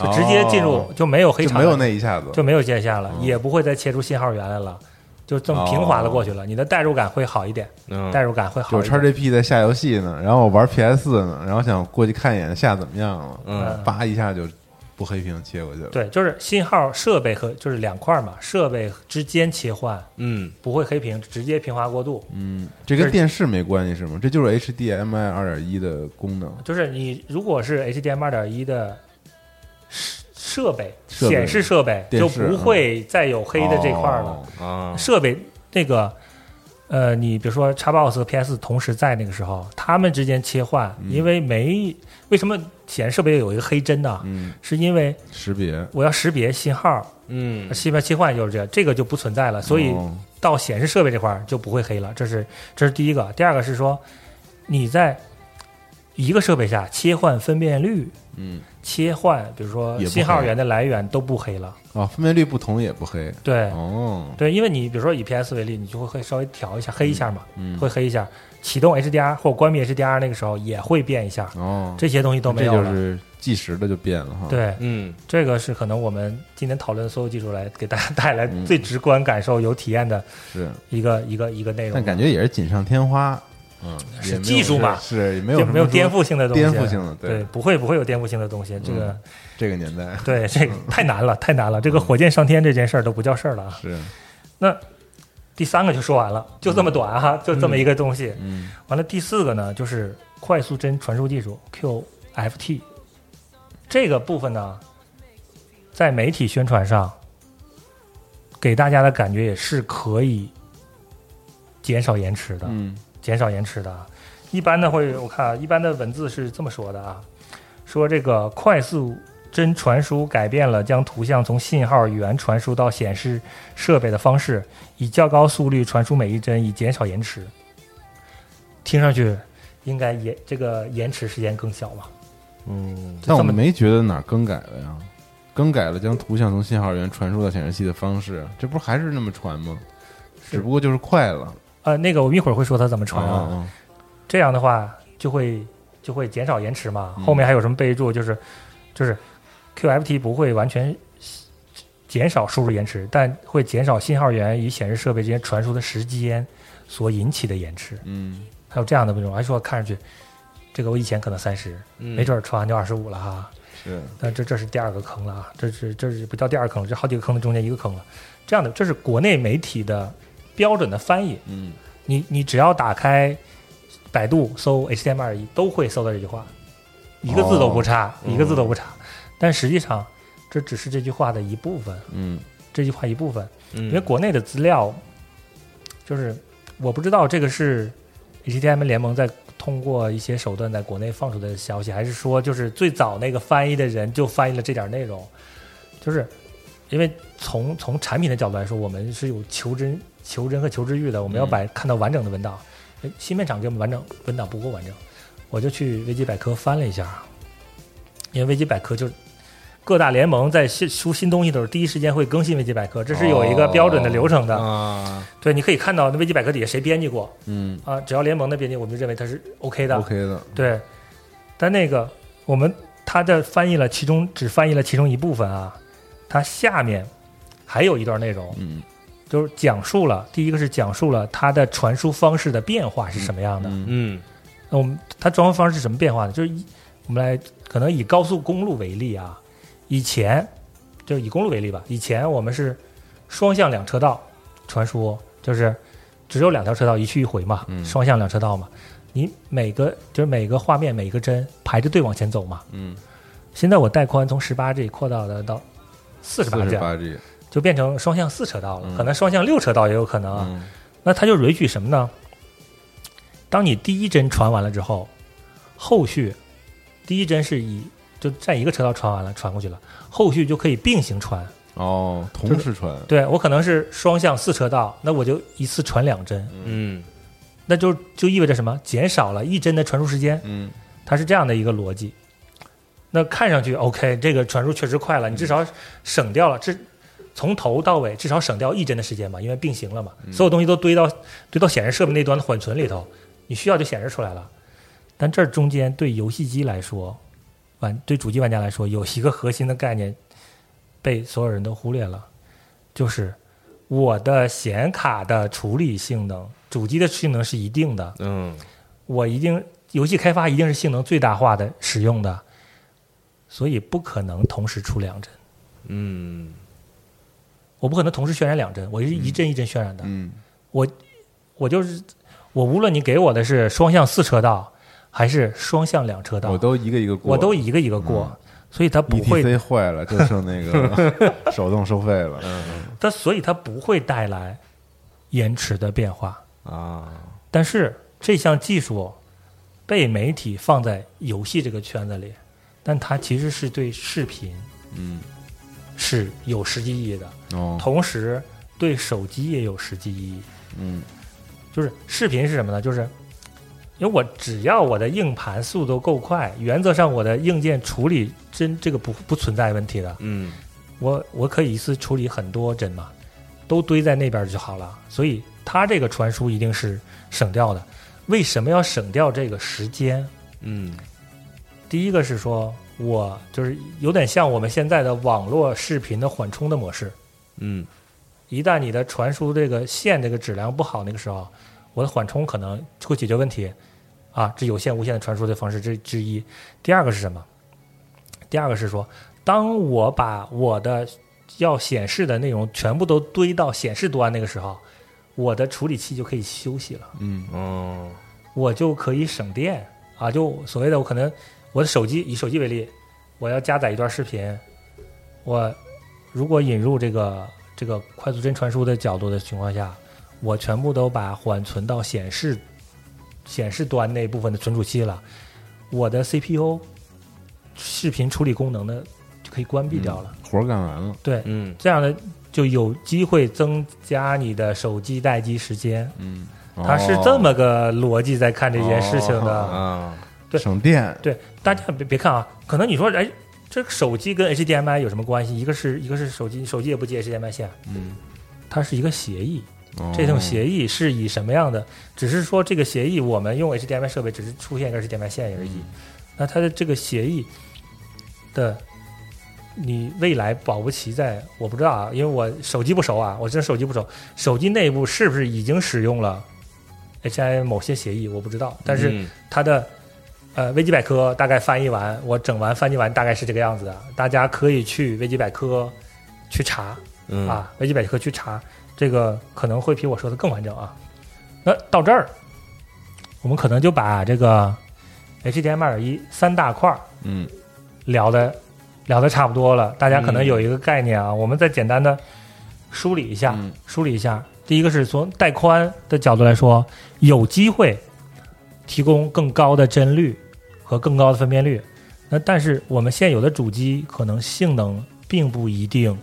Speaker 3: 就直接进入、
Speaker 1: 哦
Speaker 3: 就没有黑
Speaker 1: 就
Speaker 3: 场
Speaker 1: 没
Speaker 3: 了，
Speaker 1: 有那一下子，
Speaker 3: 就没有界限了，
Speaker 1: 嗯
Speaker 3: 也不会再切出信号源来了，就这么平滑的过
Speaker 1: 哦
Speaker 3: 去了。你的代入感会好一点，
Speaker 2: 嗯
Speaker 3: 代入感会好
Speaker 1: 就
Speaker 3: 一
Speaker 1: 叉
Speaker 3: 点。
Speaker 1: GP 在下游戏呢，然后我玩 PS 呢，然后想过去看一眼下怎么样了，
Speaker 2: 嗯
Speaker 1: 叭一下就不黑屏切过去了。
Speaker 3: 对，就是信号设备和就是两块嘛，设备之间切换
Speaker 2: 嗯，
Speaker 3: 不会黑屏，直接平滑过渡。
Speaker 1: 嗯，这跟
Speaker 3: 这
Speaker 1: 电视没关系是吗？这就是 HDMI 二点一的功能。
Speaker 3: 就是你如果是 HDMI 二点一的设设备
Speaker 1: 设备
Speaker 3: 显示设备，
Speaker 1: 电
Speaker 3: 就
Speaker 1: 视嗯
Speaker 3: 不会再有黑的这块了。
Speaker 1: 哦
Speaker 2: 啊，
Speaker 3: 设备那个，呃，你比如说 Xbox 和 PS 同时在那个时候，他们之间切换，
Speaker 1: 嗯
Speaker 3: 因为没为什么显示设备有一个黑针呢？
Speaker 1: 嗯，
Speaker 3: 是因为
Speaker 1: 识别，
Speaker 3: 我要识别信号，
Speaker 2: 嗯
Speaker 3: 信号切换就是这样，这个就不存在了，所以
Speaker 1: 哦
Speaker 3: 到显示设备这块儿就不会黑了。这是这是第一个，第二个是说你在一个设备下切换分辨率。
Speaker 1: 嗯
Speaker 3: 切换，比如说
Speaker 1: 也不
Speaker 3: 信号
Speaker 1: 黑
Speaker 3: 源的来源都不黑了，
Speaker 1: 啊，分辨率不同也不黑。
Speaker 3: 对，
Speaker 1: 哦，
Speaker 3: 对，因为你比如说以 PS 为例，你就会会稍微调一下，黑一下嘛，
Speaker 1: 嗯
Speaker 3: 会黑一下。启动 HDR 或关闭 HDR 那个时候也会变一下，
Speaker 1: 哦，
Speaker 3: 这些东西都没
Speaker 1: 这
Speaker 3: 有
Speaker 1: 就
Speaker 3: 了。
Speaker 1: 是计时的就变了哈。，
Speaker 3: 对，
Speaker 2: 嗯
Speaker 3: 这个是可能我们今天讨论所有技术来给大家带来最直观感受、有体验的
Speaker 1: 是，
Speaker 3: 一个一个一个内容。
Speaker 1: 但感觉也是锦上添花。嗯，
Speaker 3: 是
Speaker 1: 也没有
Speaker 3: 技术嘛
Speaker 1: 是也没有
Speaker 3: 就
Speaker 1: 什么
Speaker 3: 没有
Speaker 1: 说
Speaker 3: 颠覆性的东西，啊
Speaker 1: 颠覆性的，嗯
Speaker 3: 对，不会不会有颠覆性的东西。这个
Speaker 1: 这个年代
Speaker 3: 对这
Speaker 1: 嗯
Speaker 3: 个太难了，太难了。这个火箭上天这件事儿都不叫事儿了啊。
Speaker 1: 是，
Speaker 3: 第三个就说完了，就这么短哈、就这么一个东西。
Speaker 1: 嗯
Speaker 3: 完了，第四个呢，就是快速帧传输技术 QFT 这个部分呢，在媒体宣传上给大家的感觉也是可以减少延迟的，
Speaker 1: 嗯
Speaker 3: 减少延迟的啊。一般的会，我看啊一般的文字是这么说的啊，说这个快速帧传输改变了将图像从信号源传输到显示设备的方式，以较高速率传输每一帧，以减少延迟。听上去应该延这个延迟时间更小嘛？
Speaker 2: 嗯，
Speaker 1: 但我
Speaker 3: 这么
Speaker 1: 没觉得哪儿更改了呀。更改了将图像从信号源传输到显示器的方式，这不还是那么传吗？只不过就是快了。
Speaker 3: 呃，那个我们一会儿会说它怎么传啊。
Speaker 1: 啊，
Speaker 3: 这样的话就会就会减少延迟嘛。
Speaker 1: 嗯
Speaker 3: 后面还有什么备注？就是就是 QFT 不会完全减少输入延迟，但会减少信号源与显示设备之间传输的时间所引起的延迟。
Speaker 1: 嗯，
Speaker 3: 还有这样的内容，还说看上去这个我以前可能三十，没
Speaker 2: 没
Speaker 3: 准儿传完就二十五了哈。
Speaker 1: 是，
Speaker 3: 但这这是第二个坑了啊，这是这是不叫第二个坑了，这好几个坑的中间一个坑了。这样的，这是国内媒体的标准的翻译。
Speaker 1: 嗯，
Speaker 3: 你你只要打开百度搜 HTML 二一，都会搜到这句话，一个字都不差，
Speaker 2: 嗯
Speaker 1: 哦
Speaker 3: 一个字都不差。但实际上，这只是这句话的一部分，
Speaker 1: 嗯，
Speaker 3: 这句话一部分。因
Speaker 4: 嗯
Speaker 2: 因
Speaker 3: 为国内的资料，就是我不知道这个是 HTML 联盟在通过一些手段在国内放出的消息，还是说就是最早那个翻译的人就翻译了这点内容，就是因为从从产品的角度来说，我们是有求真、求真和求知欲的，我们要把看到完整的文档。诶新片厂给我们完整文档不够完整，我就去维基百科翻了一下，啊因为维基百科就是各大联盟在新出新东西的时候，第一时间会更新维基百科，这是有一个标准的流程的。
Speaker 2: 啊，
Speaker 3: 对，你可以看到那维基百科底下谁编辑过啊
Speaker 1: 嗯
Speaker 3: 啊，只要联盟的编辑，我们就认为它是 OK 的。
Speaker 1: ，OK 的，
Speaker 3: 对，但那个我们它这翻译了其中只翻译了其中一部分啊，它下面还有一段内容，
Speaker 2: 嗯
Speaker 3: 就是讲述了第一个是讲述了它的传输方式的变化是什么样的。
Speaker 1: 嗯
Speaker 2: 嗯
Speaker 3: 那我们它传输方式是什么变化呢？就是一我们来可能以高速公路为例啊，以前就是以公路为例吧，以前我们是双向两车道传输，就是只有两条车道一去一回嘛，
Speaker 2: 嗯
Speaker 3: 双向两车道嘛。你每个就是每个画面每个帧排着队往前走嘛。
Speaker 2: 嗯，
Speaker 3: 现在我带宽从十八 G 扩大了到四十八
Speaker 1: 四
Speaker 3: G，
Speaker 1: 十八 G，
Speaker 3: 就变成双向四车道了，
Speaker 2: 嗯
Speaker 3: 可能双向六车道也有可能啊。
Speaker 2: 嗯
Speaker 3: 那它就允许什么呢？当你第一帧传完了之后，后续第一帧是以就占一个车道传完了，传过去了，后续就可以并行传。
Speaker 1: 哦，同时传，
Speaker 3: 对我可能是双向四车道，那我就一次传两帧，
Speaker 2: 嗯
Speaker 3: 那就就意味着什么？减少了一帧的传输时间，
Speaker 2: 嗯
Speaker 3: 它是这样的一个逻辑。那看上去 OK，这个传输确实快了，你至少省掉了这从头到尾至少省掉一帧的时间吧，因为并行了嘛，所有东西都堆到堆到显示设备那端的缓存里头，你需要就显示出来了。但这中间对游戏机来说，玩对主机玩家来说，有一个核心的概念被所有人都忽略了，就是我的显卡的处理性能，主机的性能是一定的，
Speaker 2: 嗯
Speaker 3: 我一定游戏开发一定是性能最大化的使用的，所以不可能同时出两帧，
Speaker 2: 嗯
Speaker 3: 我不可能同时渲染两帧，我是一帧一帧渲染的，
Speaker 1: 嗯
Speaker 3: 我就是我无论你给我的是双向四车道还是双向两车道，
Speaker 1: 我都一个一个过，嗯
Speaker 3: 我都一个一个过，所以它不会
Speaker 1: ETC E 坏了，就剩那 个手动收费了。
Speaker 3: 它所以它不会带来延迟的变化，
Speaker 2: 啊
Speaker 3: 但是这项技术被媒体放在游戏这个圈子里，但它其实是对视频
Speaker 2: 嗯
Speaker 3: 是有实际意义的。
Speaker 1: 哦，
Speaker 3: 同时对手机也有实际意义。
Speaker 1: 嗯，
Speaker 3: 就是视频是什么呢？就是因为我只要我的硬盘速度够快，原则上我的硬件处理真这个不不存在问题的。
Speaker 2: 嗯
Speaker 3: 我我可以一次处理很多帧嘛，都堆在那边就好了。所以它这个传输一定是省掉的。为什么要省掉这个时间？
Speaker 2: 嗯
Speaker 3: 第一个是说我就是有点像我们现在的网络视频的缓冲的模式，
Speaker 2: 嗯
Speaker 3: 一旦你的传输这个线这个质量不好，那个时候我的缓冲可能会解决问题啊，这有线无线的传输的方式之之一。第二个是什么？第二个是说，当我把我的要显示的内容全部都堆到显示端那个时候，我的处理器就可以休息了，
Speaker 1: 嗯
Speaker 2: 哦
Speaker 3: 我就可以省电啊，就所谓的我可能我的手机以手机为例，我要加载一段视频，我如果引入这个这个快速帧传输的角度的情况下，我全部都把缓存到显示显示端那部分的存储器了，我的 CPU 视频处理功能呢就可以关闭掉了。
Speaker 1: 活儿干完了，
Speaker 3: 对，
Speaker 2: 嗯
Speaker 3: 这样的就有机会增加你的手机待机时间。
Speaker 2: 嗯
Speaker 3: 它是这么个逻辑在看这件事情的。
Speaker 2: 啊
Speaker 1: 哦哦省电，
Speaker 3: 对，大家别别看啊，可能你说，哎，这个手机跟 HDMI 有什么关系？一个是一个是手机，手机也不接 HDMI 线，啊
Speaker 2: 嗯
Speaker 3: 它是一个协议。
Speaker 1: 哦
Speaker 3: 这种协议是以什么样的？只是说这个协议我们用 HDMI 设备只是出现一个 HDMI 线而已。那它的这个协议的，你未来保不齐在我不知道啊，因为我手机不熟啊，我真手机不熟，手机内部是不是已经使用了 HDMI 某些协议？我不知道，但是
Speaker 2: 嗯
Speaker 3: 它的呃维基百科大概翻译完，我整完翻译完大概是这个样子的，大家可以去维基百科去查
Speaker 2: 嗯
Speaker 3: 啊，维基百科去查，这个可能会比我说的更完整啊。那到这儿，我们可能就把这个 HDMI 二一三大块儿
Speaker 1: 嗯
Speaker 3: 聊的聊的差不多了，大家可能
Speaker 2: 嗯
Speaker 3: 有一个概念啊，我们再简单的梳理一下，
Speaker 2: 嗯
Speaker 3: 梳理一下。第一个是从带宽的角度来说，有机会提供更高的帧率和更高的分辨率，那但是我们现有的主机可能性能并不一定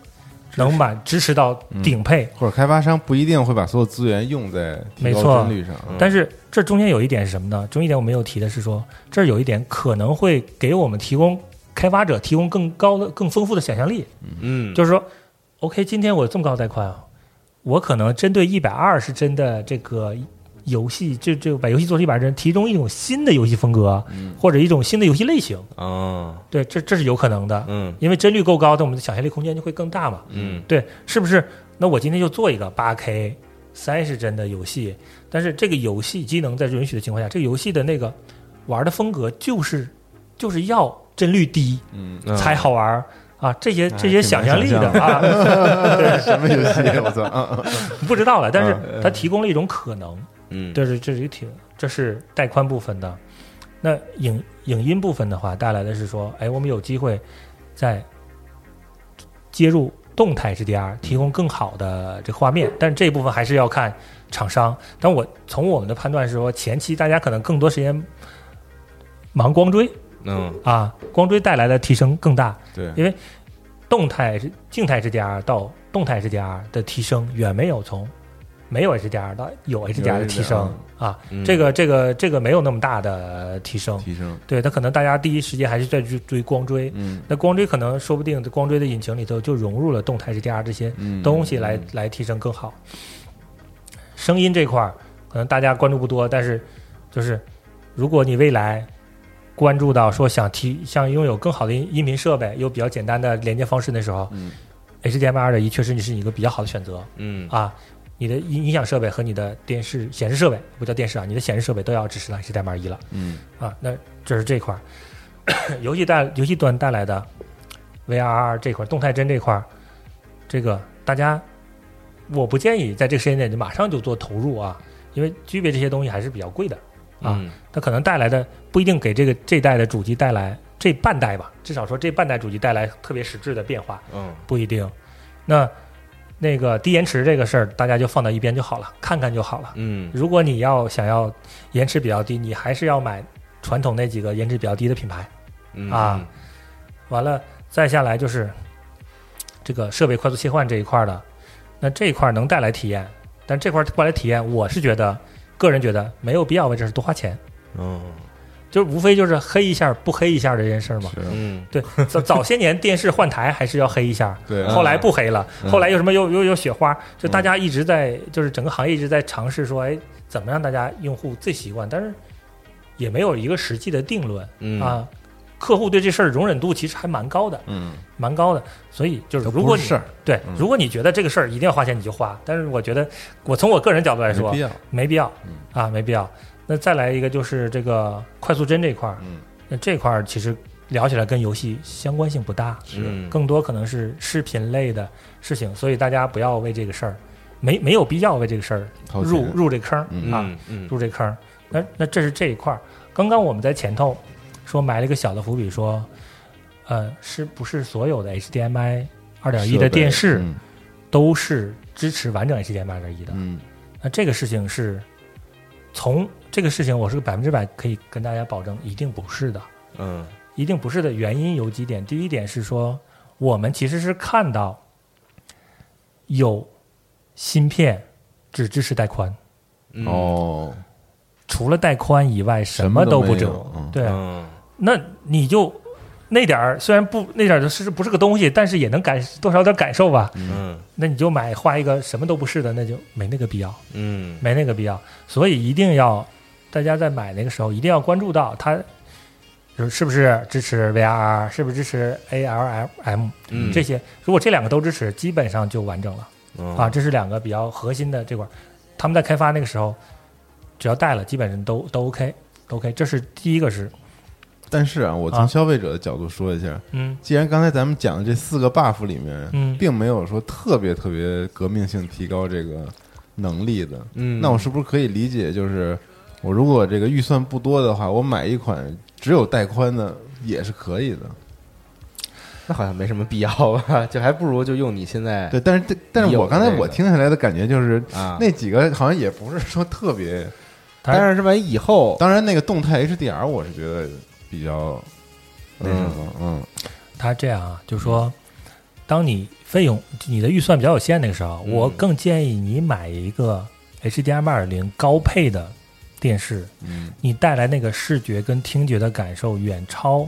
Speaker 3: 能满支持到
Speaker 2: 嗯
Speaker 3: 顶配，
Speaker 1: 或者开发商不一定会把所有资源用在提
Speaker 3: 没
Speaker 1: 高
Speaker 3: 错
Speaker 1: 帧率上，嗯
Speaker 3: 但是这中间有一点是什么呢？中间一点我没有提的是说，这儿有一点可能会给我们提供开发者提供更高的、更丰富的想象力。
Speaker 2: 嗯
Speaker 3: 就是说，OK，今天我有这么高的带宽啊，我可能针对一百二十帧的这个游戏就就把游戏做成一百帧，提供一种新的游戏风格，啊或者一种新的游戏类型。
Speaker 2: 啊，
Speaker 3: 对，这这是有可能的，
Speaker 2: 嗯
Speaker 3: 因为帧率够高，那我们的想象力空间就会更大嘛。
Speaker 2: 嗯
Speaker 3: 对，是不是？那我今天就做一个八 K 三十帧的游戏，但是这个游戏机能在允许的情况下，这个游戏的那个玩的风格就是就是要帧率低
Speaker 1: 嗯，
Speaker 2: 嗯
Speaker 3: 才好玩儿啊，这些
Speaker 1: 那还
Speaker 3: 这些想象力的啊，
Speaker 1: 什么游戏？我操！ 啊啊
Speaker 3: 不知道了，但是它提供了一种可能，
Speaker 2: 嗯，
Speaker 3: 这是这是一挺这是带宽部分的。那影影音部分的话，带来的是说，哎，我们有机会在接入动态 HDR，提供更好的这画面，但这一部分还是要看厂商。但我从我们的判断是说，前期大家可能更多时间忙光追
Speaker 2: 嗯
Speaker 3: 啊，光追带来的提升更大，
Speaker 1: 对，
Speaker 3: 因为动态是静态 HDR 到动态 HDR 的提升远没有从没有 HDR 到有 HDR 的提升啊，
Speaker 2: 嗯
Speaker 3: 这个这个这个没有那么大的提升，
Speaker 1: 提升，
Speaker 3: 对，它可能大家第一时间还是在追追光追，
Speaker 1: 嗯
Speaker 3: 那光追可能说不定光追的引擎里头就融入了动态 HDR 这些
Speaker 1: 嗯，
Speaker 3: 东西来、来提升更好。声音这块儿可能大家关注不多，但是就是如果你未来关注到说想提想拥有更好的音音频设备，有比较简单的连接方式的时候、
Speaker 1: 嗯
Speaker 3: h d m i 二点一确实你是一个比较好的选择
Speaker 2: 嗯
Speaker 3: 啊。你的音音响设备和你的电视显示设备不叫电视啊，你的显示设备都要支持了 HDMI 一了。
Speaker 1: 嗯
Speaker 3: 啊，那这是这块儿， 游戏带游戏端带来的 VRR 这块儿动态帧这块儿，这个大家我不建议在这个时间点就马上就做投入啊，因为区别这些东西还是比较贵的啊，
Speaker 2: 嗯
Speaker 3: 它可能带来的不一定给这个这代的主机带来这半代吧，至少说这半代主机带来特别实质的变化
Speaker 2: 嗯
Speaker 3: 不一定。那那个低延迟这个事儿，大家就放到一边就好了，看看就好了。
Speaker 2: 嗯
Speaker 3: 如果你要想要延迟比较低，你还是要买传统那几个延迟比较低的品牌。
Speaker 2: 嗯
Speaker 3: 啊，完了，再下来就是这个设备快速切换这一块儿的，那这一块儿能带来体验，但这块儿带来体验，我是觉得个人觉得没有必要为这事多花钱，
Speaker 2: 嗯
Speaker 3: 就是无非就是黑一下不黑一下这件事儿嘛。
Speaker 1: 是，
Speaker 2: 嗯
Speaker 3: 对，早早些年电视换台还是要黑一下，
Speaker 1: 对，
Speaker 3: 后来不黑了，
Speaker 1: 嗯
Speaker 3: 后来又什么又又有雪花，就大家一直在，就是整个行业一直在尝试说，哎，怎么让大家用户最习惯，但是也没有一个实际的定论、
Speaker 2: 嗯，
Speaker 3: 啊。客户对这事儿容忍度其实还蛮高的，
Speaker 1: 嗯，
Speaker 3: 蛮高的，所以就是
Speaker 2: 都
Speaker 3: 如
Speaker 2: 不
Speaker 3: 果
Speaker 2: 是
Speaker 3: 你
Speaker 2: 事儿
Speaker 3: 对，
Speaker 1: 嗯
Speaker 3: 如果你觉得这个事儿一定要花钱，你就花。但是我觉得，我从我个人角度
Speaker 1: 没
Speaker 3: 来说
Speaker 1: 必，要，
Speaker 3: 没必要
Speaker 1: 嗯
Speaker 3: 啊，没必要。那再来一个就是这个快速帧这块儿，
Speaker 1: 嗯，
Speaker 3: 那这块儿其实聊起来跟游戏相关性不大，
Speaker 2: 嗯
Speaker 3: 更多可能是视频类的事情，所以大家不要为这个事儿，没没有必要为这个事儿
Speaker 1: 掏钱
Speaker 3: 入入这坑儿、
Speaker 1: 嗯
Speaker 3: 啊，
Speaker 2: 嗯嗯
Speaker 3: 入这坑儿。那那这是这一块儿。刚刚我们在前头说埋了一个小的伏笔，说，呃，是不是所有的 HDMI 二点一的电视
Speaker 1: 嗯
Speaker 3: 都是支持完整 HDMI 二点一的？
Speaker 1: 嗯
Speaker 3: 那这个事情是从这个事情，我是百分之百可以跟大家保证，一定不是的。
Speaker 2: 嗯
Speaker 3: 一定不是的原因有几点。第一点是说，我们其实是看到有芯片只支持带宽，
Speaker 2: 嗯
Speaker 1: 哦，
Speaker 3: 除了带宽以外什么
Speaker 1: 都
Speaker 3: 不
Speaker 1: 没
Speaker 3: 整。
Speaker 1: 有，嗯
Speaker 3: 对，
Speaker 2: 嗯
Speaker 3: 那你就那点儿虽然不那点儿就是不是个东西，但是也能感多少有点感受吧。
Speaker 2: 嗯
Speaker 3: 那你就买花一个什么都不是的，那就没那个必要，
Speaker 2: 嗯
Speaker 3: 没那个必要。所以一定要大家在买那个时候一定要关注到它。就是是不是支持 VRR，是不是支持 ALM，
Speaker 2: 嗯
Speaker 3: 这些如果这两个都支持，基本上就完整了啊。
Speaker 2: 啊
Speaker 3: 这是两个比较核心的这块儿，他们在开发那个时候，只要带了，基本上都都 OK，都 OK。这是第一个是，
Speaker 1: 但是啊，我从
Speaker 3: 啊
Speaker 1: 消费者的角度说一下，
Speaker 3: 嗯
Speaker 1: 既然刚才咱们讲的这四个 buff 里面，
Speaker 3: 嗯
Speaker 1: 并没有说特别特别革命性提高这个能力的，
Speaker 2: 嗯
Speaker 1: 那我是不是可以理解，就是我如果这个预算不多的话，我买一款只有带宽的也是可以的？
Speaker 2: 那好像没什么必要吧，就还不如就用你现
Speaker 3: 哎
Speaker 2: 在
Speaker 1: 对，但是这但是
Speaker 2: 有
Speaker 1: 我刚才
Speaker 2: 这个
Speaker 1: 我听下来的感觉就是，
Speaker 2: 啊，
Speaker 1: 那几个好像也不是说特别，哦
Speaker 2: 但是万一以后
Speaker 1: 当然那个动态 HDR 我是觉得比较那什么，嗯
Speaker 3: 他这样啊，就说，当你费用你的预算比较有限那个时候，
Speaker 2: 嗯
Speaker 3: 我更建议你买一个 HDMI 二零高配的电视，
Speaker 1: 嗯，
Speaker 3: 你带来那个视觉跟听觉的感受远超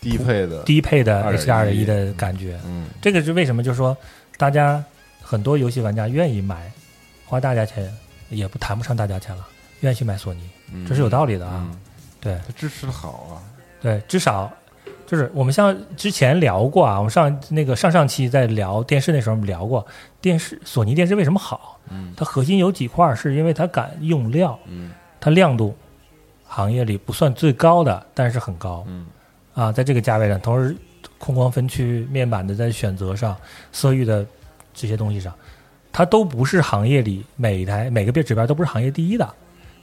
Speaker 1: 低配的，
Speaker 3: 低配的
Speaker 1: 2.1
Speaker 3: HDR 的一的感觉。
Speaker 1: 嗯
Speaker 3: 这个是为什么？就是说，大家很多游戏玩家愿意买，花大价钱也不谈不上大价钱了，愿意去买索尼，这是有道理的啊。
Speaker 1: 嗯
Speaker 3: 对
Speaker 1: 他支持的好啊，
Speaker 3: 对，至少就是我们像之前聊过啊，我们上那个上上期在聊电视那时候我们聊过，电视索尼电视为什么好？
Speaker 1: 嗯
Speaker 3: 它核心有几块儿是因为它敢用料，
Speaker 1: 嗯
Speaker 3: 它亮度行业里不算最高的，但是很高
Speaker 1: 嗯
Speaker 3: 啊，在这个价位上，同时控光分区面板的在选择上，色域的这些东西上，它都不是行业里每一台每个指标都不是行业第一的，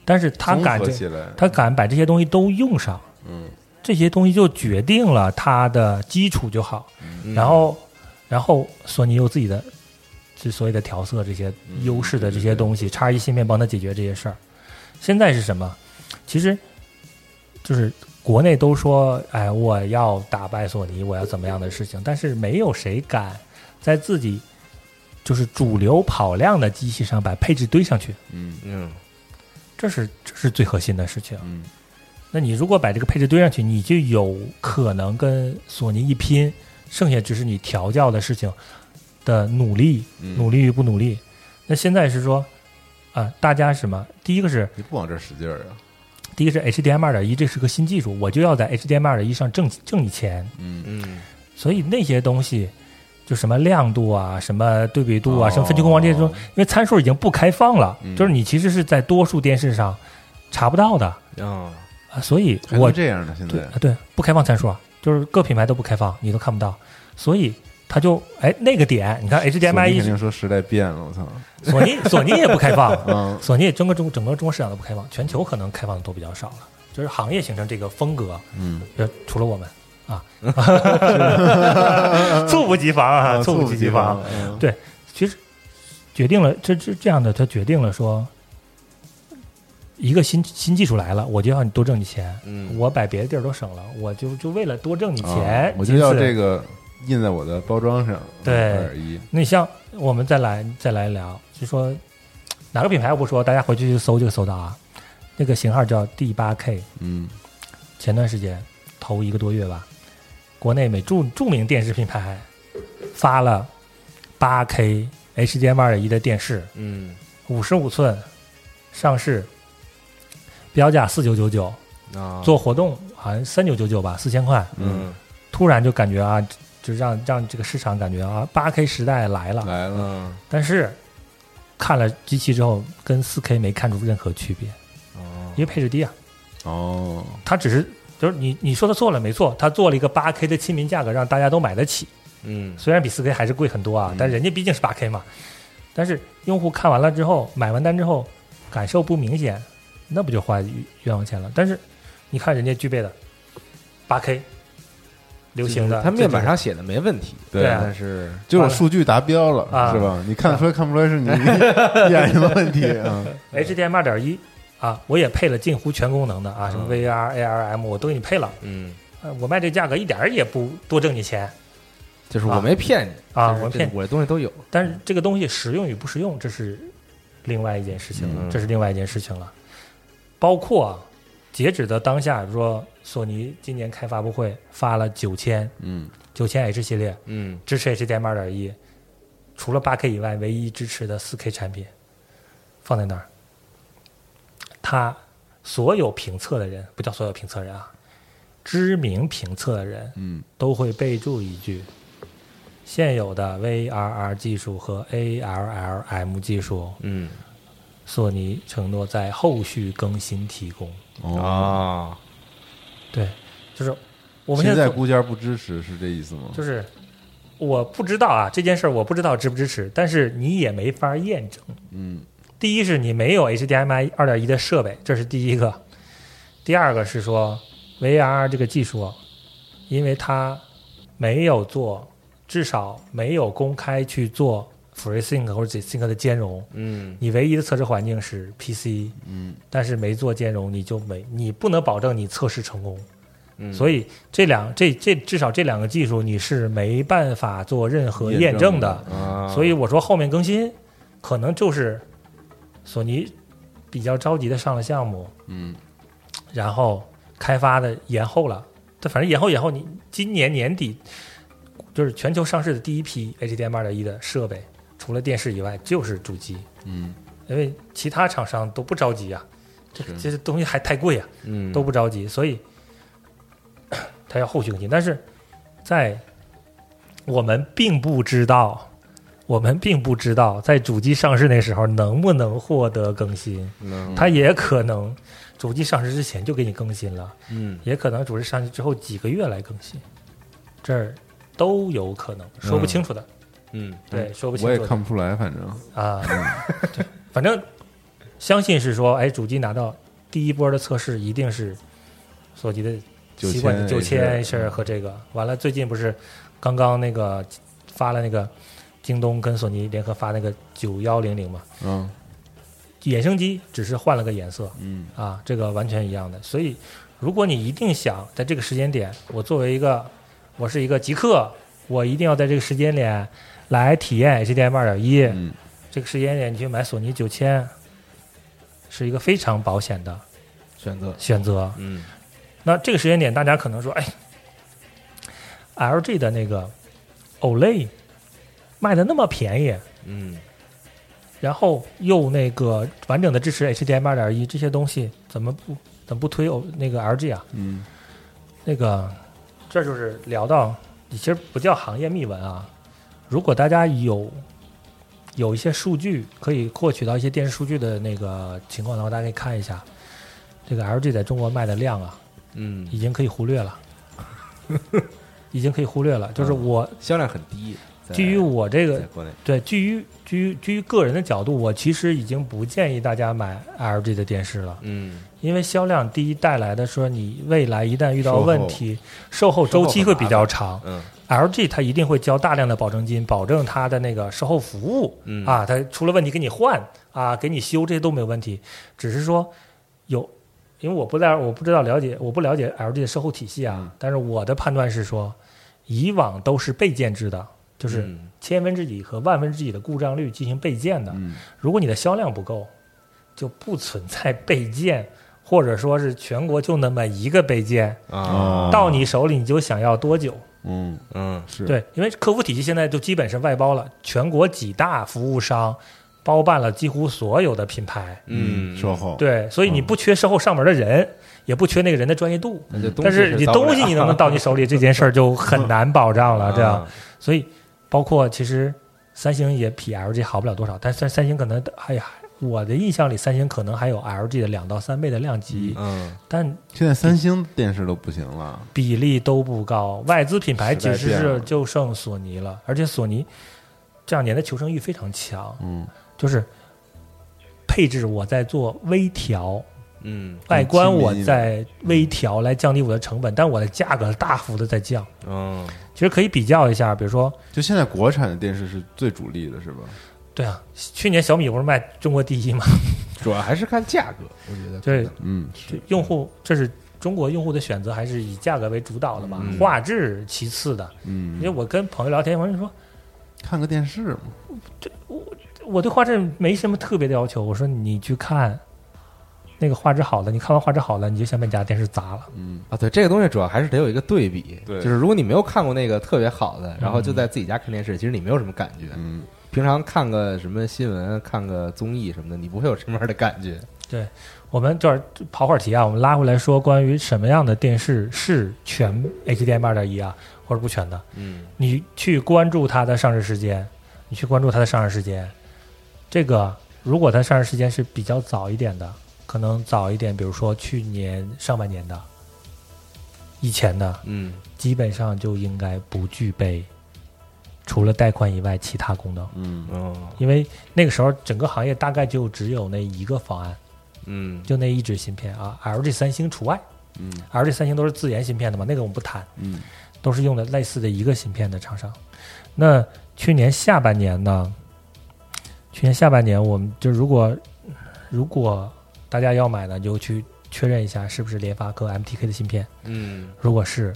Speaker 3: 但是它
Speaker 1: 综
Speaker 3: 敢
Speaker 1: 合
Speaker 3: 这
Speaker 1: 起来，
Speaker 3: 它敢把这些东西都用上，
Speaker 1: 嗯
Speaker 3: 这些东西就决定了它的基础就好，
Speaker 2: 嗯
Speaker 3: 然后然后索尼有自己的就所谓的调色这些
Speaker 1: 嗯
Speaker 3: 优势的这
Speaker 1: 对对
Speaker 3: 些
Speaker 1: 对
Speaker 3: 东西，叉一芯片帮他解决这些事儿。现在是什么？其实就是国内都说，哎，我要打败索尼，我要怎么样的事情，但是没有谁敢在自己就是主流跑量的机器上把配置堆上去，
Speaker 1: 嗯
Speaker 2: 嗯，
Speaker 3: 这是这是最核心的事情。
Speaker 1: 嗯
Speaker 3: 那你如果把这个配置堆上去，你就有可能跟索尼一拼，剩下只是你调教的事情的努力，
Speaker 1: 嗯，
Speaker 3: 努力与不努力。那现在是说，啊，大家是什么？第一个是，
Speaker 1: 你不往这儿使劲儿啊，
Speaker 3: 第一个是 HDMI 二点一，这是个新技术，我就要在 HDMI 二点一上挣挣你钱。
Speaker 1: 嗯
Speaker 2: 嗯，
Speaker 3: 所以那些东西，就什么亮度啊，什么对比度啊，
Speaker 1: 哦
Speaker 3: 什么分区控光这些东西，因为参数已经不开放了，
Speaker 1: 嗯
Speaker 3: 就是你其实是在多数电视上查不到的
Speaker 2: 啊，
Speaker 3: 啊。所以
Speaker 1: 还
Speaker 3: 我
Speaker 1: 能这样呢，现
Speaker 3: 对
Speaker 1: 在
Speaker 3: 啊，对，不开放参数啊，就是各品牌都不开放，你都看不到，所以它就哎那个点，你看
Speaker 1: 索
Speaker 3: HDMI
Speaker 1: 尼肯
Speaker 3: 一，
Speaker 1: 定说时代变了，我操，
Speaker 3: 索尼 索尼也不开放，
Speaker 1: 嗯
Speaker 3: 索尼也整个中整个中国市场都不开放，全球可能开放的都比较少了，就是行业形成这个风格，
Speaker 1: 嗯，
Speaker 3: 呃，除了我们 啊，猝不及防啊，猝不及防，，
Speaker 1: 嗯
Speaker 3: 其实决定了这这这样的，它决定了说。一个新新技术来了，我就要你多挣你钱。
Speaker 2: 嗯
Speaker 3: 我把别的地儿都省了，我就就为了多挣你
Speaker 1: 啊
Speaker 3: 钱，
Speaker 1: 我就要
Speaker 3: 仅此
Speaker 1: 这个印在我的包装上，
Speaker 3: 对
Speaker 1: 二一，
Speaker 3: 那像我们再来再来聊，就说哪个品牌我不说，大家回去去搜就搜到啊。那个型号叫 D 八 K，
Speaker 1: 嗯
Speaker 3: 前段时间头一个多月吧，国内美著著名电视品牌发了八 K HDMI 二点一的电视，
Speaker 2: 嗯
Speaker 3: 五十五寸上市，标价四九九九，
Speaker 2: 啊，
Speaker 3: 做活动好像三九九九吧，四千块。
Speaker 1: 嗯，
Speaker 2: 嗯
Speaker 3: 突然就感觉啊，就让让这个市场感觉啊，八 K 时代来了。
Speaker 1: 来了，
Speaker 2: 嗯
Speaker 3: 但是看了机器之后，跟 4K 没看出任何区别，
Speaker 2: 哦
Speaker 3: 因为配置低啊。
Speaker 1: 哦，
Speaker 3: 它只是就是你你说它做了没错，它做了一个 8K 的亲民价格，让大家都买得起。
Speaker 2: 嗯
Speaker 3: 虽然比 4K 还是贵很多啊
Speaker 1: 嗯，
Speaker 3: 但人家毕竟是 8K 嘛。但是用户看完了之后，买完单之后感受不明显，那不就花冤枉钱了？但是你看人家具备的 8K 流行的，
Speaker 2: 它面板
Speaker 3: 上。
Speaker 2: 上写的没问题，
Speaker 1: 对
Speaker 3: 啊
Speaker 2: 但是
Speaker 1: 就是数据达标了，
Speaker 3: 啊
Speaker 1: 是吧？你看得出来看不出来是你 演什么问题啊？
Speaker 3: HDMI 二点一啊，我也配了近乎全功能的啊，什么 VR、ARM 我都给你配了。
Speaker 2: 嗯，
Speaker 3: 呃我卖这价格一点儿也不多挣你钱，
Speaker 2: 就是我没骗你
Speaker 3: 啊
Speaker 2: 就是
Speaker 3: 我
Speaker 2: 这
Speaker 3: 骗你
Speaker 2: 我的东西都有，
Speaker 3: 但是这个东西实用与不实用，这是另外一件事情了，
Speaker 2: 嗯
Speaker 3: 这是另外一件事情了。包括啊，截止的当下，比如说索尼今年开发布会发了九千
Speaker 1: 嗯
Speaker 3: 九千 H 系列，
Speaker 2: 嗯
Speaker 3: 支持 HDMI 二点一，除了八 K 以外，唯一支持的四 K 产品放在那儿。他所有评测的人，不叫所有评测人啊，知名评测的人
Speaker 1: 嗯
Speaker 3: 都会备注一句：现有的 VRR 技术和 ALLM 技术，
Speaker 2: 嗯
Speaker 3: 索尼承诺在后续更新提供。
Speaker 1: 哦，
Speaker 2: 啊，
Speaker 3: 对，就是我们
Speaker 1: 现在
Speaker 3: 做
Speaker 1: 估价不支持是这意思吗？
Speaker 3: 就是我不知道啊，这件事儿我不知道支不支持，但是你也没法验证。
Speaker 1: 嗯
Speaker 3: 第一是你没有 HDMI 二点一的设备，这是第一个；第二个是说 VR 这个技术，因为它没有做，至少没有公开去做 FreeSync 或者 Sync 的兼容。
Speaker 2: 嗯
Speaker 3: 你唯一的测试环境是 PC，
Speaker 1: 嗯
Speaker 3: 但是没做兼容，你就没你不能保证你测试成功。
Speaker 2: 嗯，
Speaker 3: 所
Speaker 2: 以
Speaker 3: 以这两这这至少这两个技术你是没办法做任何
Speaker 1: 验
Speaker 3: 验
Speaker 1: 证
Speaker 3: 证
Speaker 1: 的
Speaker 3: 的，
Speaker 2: 啊，
Speaker 3: 所以我说后面更新可能就是索尼比较着急的上了项目，
Speaker 1: 嗯
Speaker 3: 然后开发的延后了。它反正延后延后，你今年年底就是全球上市的第一批 HDMI 二点一的设备，除了电视以外就是主机。
Speaker 1: 嗯
Speaker 3: 因为其他厂商都不着急呀、这
Speaker 2: 是
Speaker 3: 这东西还太贵呀、啊
Speaker 2: 嗯，
Speaker 3: 都不着急，所以 它要后续更新。但是在我们并不知道，我们并不知道在主机上市那时候能不能获得更新，
Speaker 2: 嗯
Speaker 3: 它也可能主机上市之前就给你更新了，
Speaker 2: 嗯
Speaker 3: 也可能主机上市之后几个月来更新，这儿都有可能，说不清楚的。
Speaker 2: 嗯，
Speaker 3: 对，说不清
Speaker 1: 我也
Speaker 3: 楚的
Speaker 1: 看不出嗯来，反正
Speaker 3: 啊。 对，反正相信是说，哎，主机拿到第一波的测试一定是索尼的习惯九千 H 和这个。完了，最近不是刚刚那个发了那个京东跟索尼联合发那个九幺零零嘛？
Speaker 1: 嗯
Speaker 3: 衍生机只是换了个颜色
Speaker 1: 嗯
Speaker 3: 啊，这个完全一样的。所以，如果你一定想在这个时间点，我作为一个我是一个极客，我一定要在这个时间点来体验 HDMI 二点一。
Speaker 1: 嗯
Speaker 3: 这个时间点你去买索尼九千，是一个非常保险的
Speaker 2: 选择，
Speaker 3: 选择。
Speaker 2: 嗯
Speaker 3: 那这个时间点，大家可能说，哎，LG 的那个 OLED 卖的那么便宜，
Speaker 2: 嗯
Speaker 3: 然后又那个完整的支持 HDMI 二点一这些东西，怎么不怎么不推 O 那个 LG 啊？
Speaker 1: 嗯
Speaker 3: 那个，这就是聊到，其实不叫行业秘闻啊。如果大家有有一些数据可以获取到一些电视数据的那个情况的话，大家可以看一下，这个 LG 在中国卖的量啊，
Speaker 2: 嗯，
Speaker 3: 已经可以忽略 了，已经可以忽略了。就是我
Speaker 2: 销量很低，在
Speaker 3: 基于我这个
Speaker 2: 在国内，
Speaker 3: 嗯对基于基于基于个人的角度，我其实已经不建议大家买 LG 的电视了。
Speaker 2: 嗯
Speaker 3: 因为销量低带来的说，你未来一旦遇到
Speaker 1: 售后
Speaker 3: 问题，售后周期会比较长。
Speaker 2: 嗯
Speaker 3: LG 它一定会交大量的保证金，保证它的那个售后服务、
Speaker 2: 嗯
Speaker 3: 啊，它出了问题给你换啊，给你修，这些都没有问题。只是说有，因为我不在，我不知道了解，我不了解 LG 的售后体系啊，
Speaker 2: 嗯
Speaker 3: 但是我的判断是说，以往都是倍件制的，就是
Speaker 2: 嗯
Speaker 3: 千分之几和万分之几的故障率进行倍件的。
Speaker 1: 嗯
Speaker 3: 如果你的销量不够，就不存在备件，或者说是全国就那么一个备件，
Speaker 2: 啊
Speaker 3: 到你手里你就想要多久？
Speaker 1: 哦嗯
Speaker 2: 嗯
Speaker 1: 是
Speaker 3: 对，因为客服体系现在就基本是外包了，全国几大服务商包办了几乎所有的品牌。
Speaker 2: 嗯，
Speaker 1: 售后
Speaker 3: 对，所以你不缺售后上门的人，也不缺那个人的专业度，
Speaker 2: 那就东西
Speaker 3: 但是你
Speaker 2: 到不
Speaker 3: 东西
Speaker 2: 了
Speaker 3: 你能不能到你手里这件事儿就很难保障
Speaker 2: 啊
Speaker 3: 了，对吧？，所以包括其实三星也比 LG 好不了多少，但是三星可能还还我的印象里，三星可能还有 LG 的两到三倍的量级，
Speaker 2: 嗯
Speaker 3: 但
Speaker 1: 现在三星电视都不行了，
Speaker 3: 比例都不高。外资品牌其实
Speaker 1: 时代变
Speaker 3: 是
Speaker 1: 了
Speaker 3: 就剩索尼了，而且索尼这两年的求生欲非常强，
Speaker 1: 嗯，
Speaker 3: 就是配置我在做微调，
Speaker 2: 嗯
Speaker 3: 外观我
Speaker 1: 亲民一点
Speaker 3: 在微调来降低我的成本，但我的价格大幅的在降。
Speaker 2: 嗯
Speaker 3: 其实可以比较一下，比如说
Speaker 1: 就现在国产的电视是最主力的，是吧？
Speaker 3: 对啊，去年小米不是卖中国第一吗？
Speaker 2: 主要还是看价格，我觉得
Speaker 3: 对
Speaker 2: 可能
Speaker 1: 嗯，是
Speaker 3: 用户这是中国用户的选择，还是以价格为主导的吧？
Speaker 2: 嗯
Speaker 3: 画质其次的，因为
Speaker 1: 嗯，
Speaker 3: 我跟朋友聊天，我就说
Speaker 1: 看个电视嘛，
Speaker 3: 我对画质没什么特别的要求，我说你去看那个画质好的，你看完画质好了，你就想把你家电视砸了。
Speaker 1: 嗯
Speaker 2: 啊，对这个东西主要还是得有一个对比，
Speaker 1: 对
Speaker 2: 就是如果你没有看过那个特别好的，然后
Speaker 3: 嗯
Speaker 2: 就在自己家看电视，其实你没有什么感觉。
Speaker 1: 嗯
Speaker 2: 平常看个什么新闻、看个综艺什么的，你不会有什么样的感觉。
Speaker 3: 我们这儿跑会儿题啊，我们拉回来说关于什么样的电视是全 HDMI 二点一啊，或者不全的，
Speaker 2: 嗯
Speaker 3: 你去关注它的上市时间，你去关注它的上市时间。这个如果它上市时间是比较早一点的，可能早一点，比如说去年上半年的，以前的，
Speaker 2: 嗯
Speaker 3: 基本上就应该不具备除了带宽以外其他功能，
Speaker 1: 嗯
Speaker 2: 哦
Speaker 3: 因为那个时候整个行业大概就只有那一个方案，
Speaker 2: 嗯
Speaker 3: 就那一只芯片啊，LG 三星除外
Speaker 1: 嗯
Speaker 3: ，LG 三星都是自研芯片的嘛，那个我们不谈。
Speaker 1: 嗯
Speaker 3: 都是用的类似的一个芯片的厂商。那去年下半年呢？去年下半年，我们就如果如果大家要买呢，就去确认一下是不是联发科 MTK 的芯片。
Speaker 2: 嗯
Speaker 3: 如果是，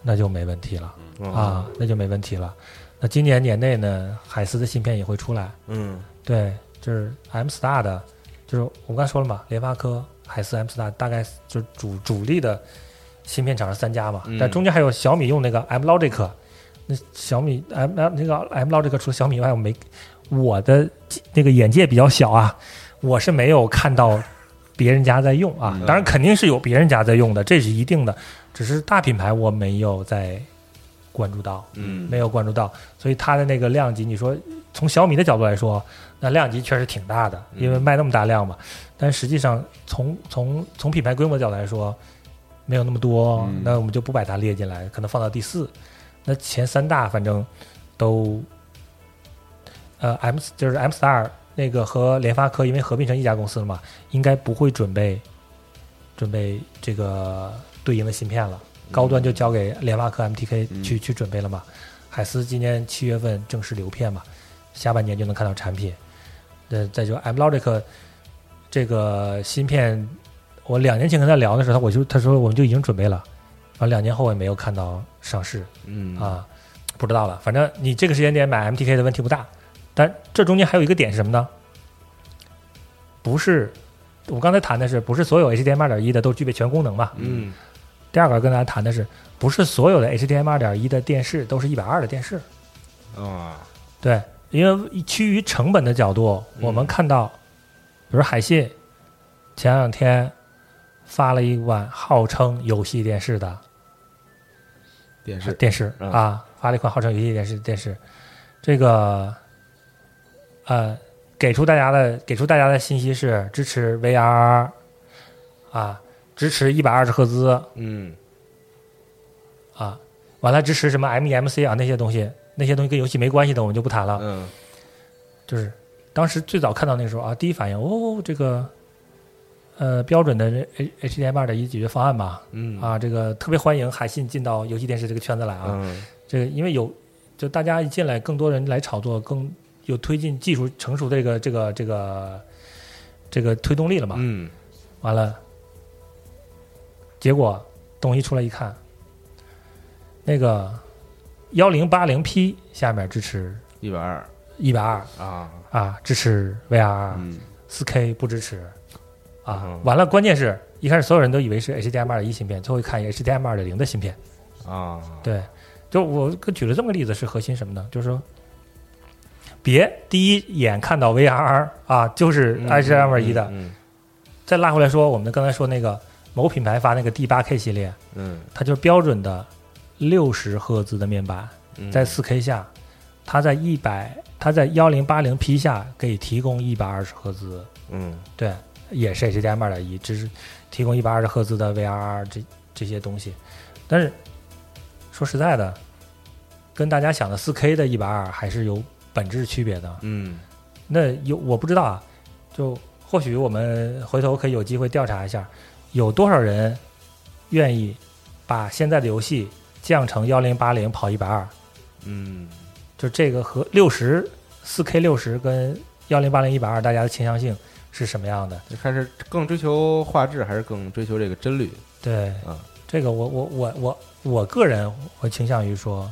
Speaker 3: 那就没问题了
Speaker 2: 哦
Speaker 3: 啊，那就没问题了。那今年年内呢，海思的芯片也会出来。
Speaker 2: 嗯
Speaker 3: 对，就是 M Star 的，就是我刚才说了嘛，联发科、海思、M Star 大概就是主主力的芯片厂商三家嘛，
Speaker 2: 嗯
Speaker 3: 但中间还有，M，M，小米用那个 M Logic，那小米 M M 那个 M Logic 除了小米以外，我没我的那个眼界比较小啊，我是没有看到别人家在用啊。当然肯定是有别人家在用的，这是一定的，只是大品牌我没有在关注到，
Speaker 1: 嗯，
Speaker 3: 没有关注到，所以它的那个量级，你说从小米的角度来说，那量级确实挺大的，因为卖那么大量嘛。但实际上从从从品牌规模的角度来说，没有那么多，
Speaker 1: 嗯
Speaker 3: 那我们就不把它列进来，可能放到第四。那前三大反正都，呃，M 就是 M Star 那个和联发科因为合并成一家公司了嘛，应该不会准备准备这个对应的芯片了，高端就交给联发科 MTK 去、去准备了嘛。海思今年七月份正式流片嘛，下半年就能看到产品。呃，再就 M Logic 这个芯片，我两年前跟他聊的时候，我就他说我们就已经准备了，然后两年后我也没有看到上市
Speaker 2: 嗯，
Speaker 3: 啊，不知道了。反正你这个时间点买 MTK 的问题不大，但这中间还有一个点是什么呢？不是我刚才谈的是，不是所有 HDMI 二点一的都具备全功能嘛？
Speaker 2: 嗯
Speaker 3: 第二个跟大家谈的是，不是所有的 HDMI 二点一的电视都是一百二的电视。嗯
Speaker 1: 啊，
Speaker 3: 对，因为基于成本的角度，我们看到，比如海信前两天发了一款号称游戏电视的
Speaker 2: 电视
Speaker 3: 电视
Speaker 2: 嗯
Speaker 3: 啊，发了一款号称游戏电视电视，这个呃，给出大家的给出大家的信息是支持 VR 啊，支持一百二十赫兹
Speaker 2: 嗯
Speaker 3: 啊，完了支持什么 MEMC 啊那些东西，那些东西跟游戏没关系的我们就不谈了。
Speaker 2: 嗯
Speaker 3: 就是当时最早看到那个时候啊，第一反应哦，这个呃标准的 H HDMI 的一解决方案吧，
Speaker 2: 嗯
Speaker 3: 啊，这个特别欢迎海信进到游戏电视这个圈子来啊，
Speaker 2: 嗯
Speaker 3: 这个因为有就大家一进来，更多人来炒作，更有推进技术成熟的这个这个这个这个推动力了嘛，
Speaker 2: 嗯
Speaker 3: 完了，结果东西出来一看，那个幺零八零 P 下面支持
Speaker 2: 一百二
Speaker 3: 一百二。
Speaker 2: 啊
Speaker 3: 啊，支持 VR，
Speaker 1: 嗯
Speaker 3: 四 K 不支持啊。
Speaker 2: 嗯
Speaker 3: 完了，关键是一开始所有人都以为是 HDMI 的一芯片，最后一看 HDMI 二点零的芯片。
Speaker 2: 啊
Speaker 3: 对，就我举了这么个例子，是核心什么呢？就是说，别第一眼看到 VR 啊，就是
Speaker 2: 嗯
Speaker 3: HDMI 二一的。
Speaker 2: 嗯
Speaker 3: 再拉回来说，我们刚才说那个某品牌发那个 D 八 K 系列，
Speaker 2: 嗯
Speaker 3: 它就是标准的六十赫兹的面板，
Speaker 2: 嗯
Speaker 3: 在四 K 下，它在一百，它在幺零八零 P 下给提供一百二十赫兹。
Speaker 2: 嗯
Speaker 3: 对，也是 HDMI 二点一，只是提供一百二十赫兹的 VR 这这些东西。但是说实在的，跟大家想的四 K 的一百二还是有本质区别的。
Speaker 2: 嗯
Speaker 3: 那有我不知道啊，就或许我们回头可以有机会调查一下，有多少人愿意把现在的游戏降成幺零八零跑一百二？
Speaker 2: 嗯
Speaker 3: 就这个和六十四 K 六十跟幺零八零一百二大家的倾向性是什么样的？
Speaker 2: 就看是更追求画质还是更追求这个帧率
Speaker 3: 对，
Speaker 2: 啊
Speaker 3: 这个我我我我我个人我倾向于说，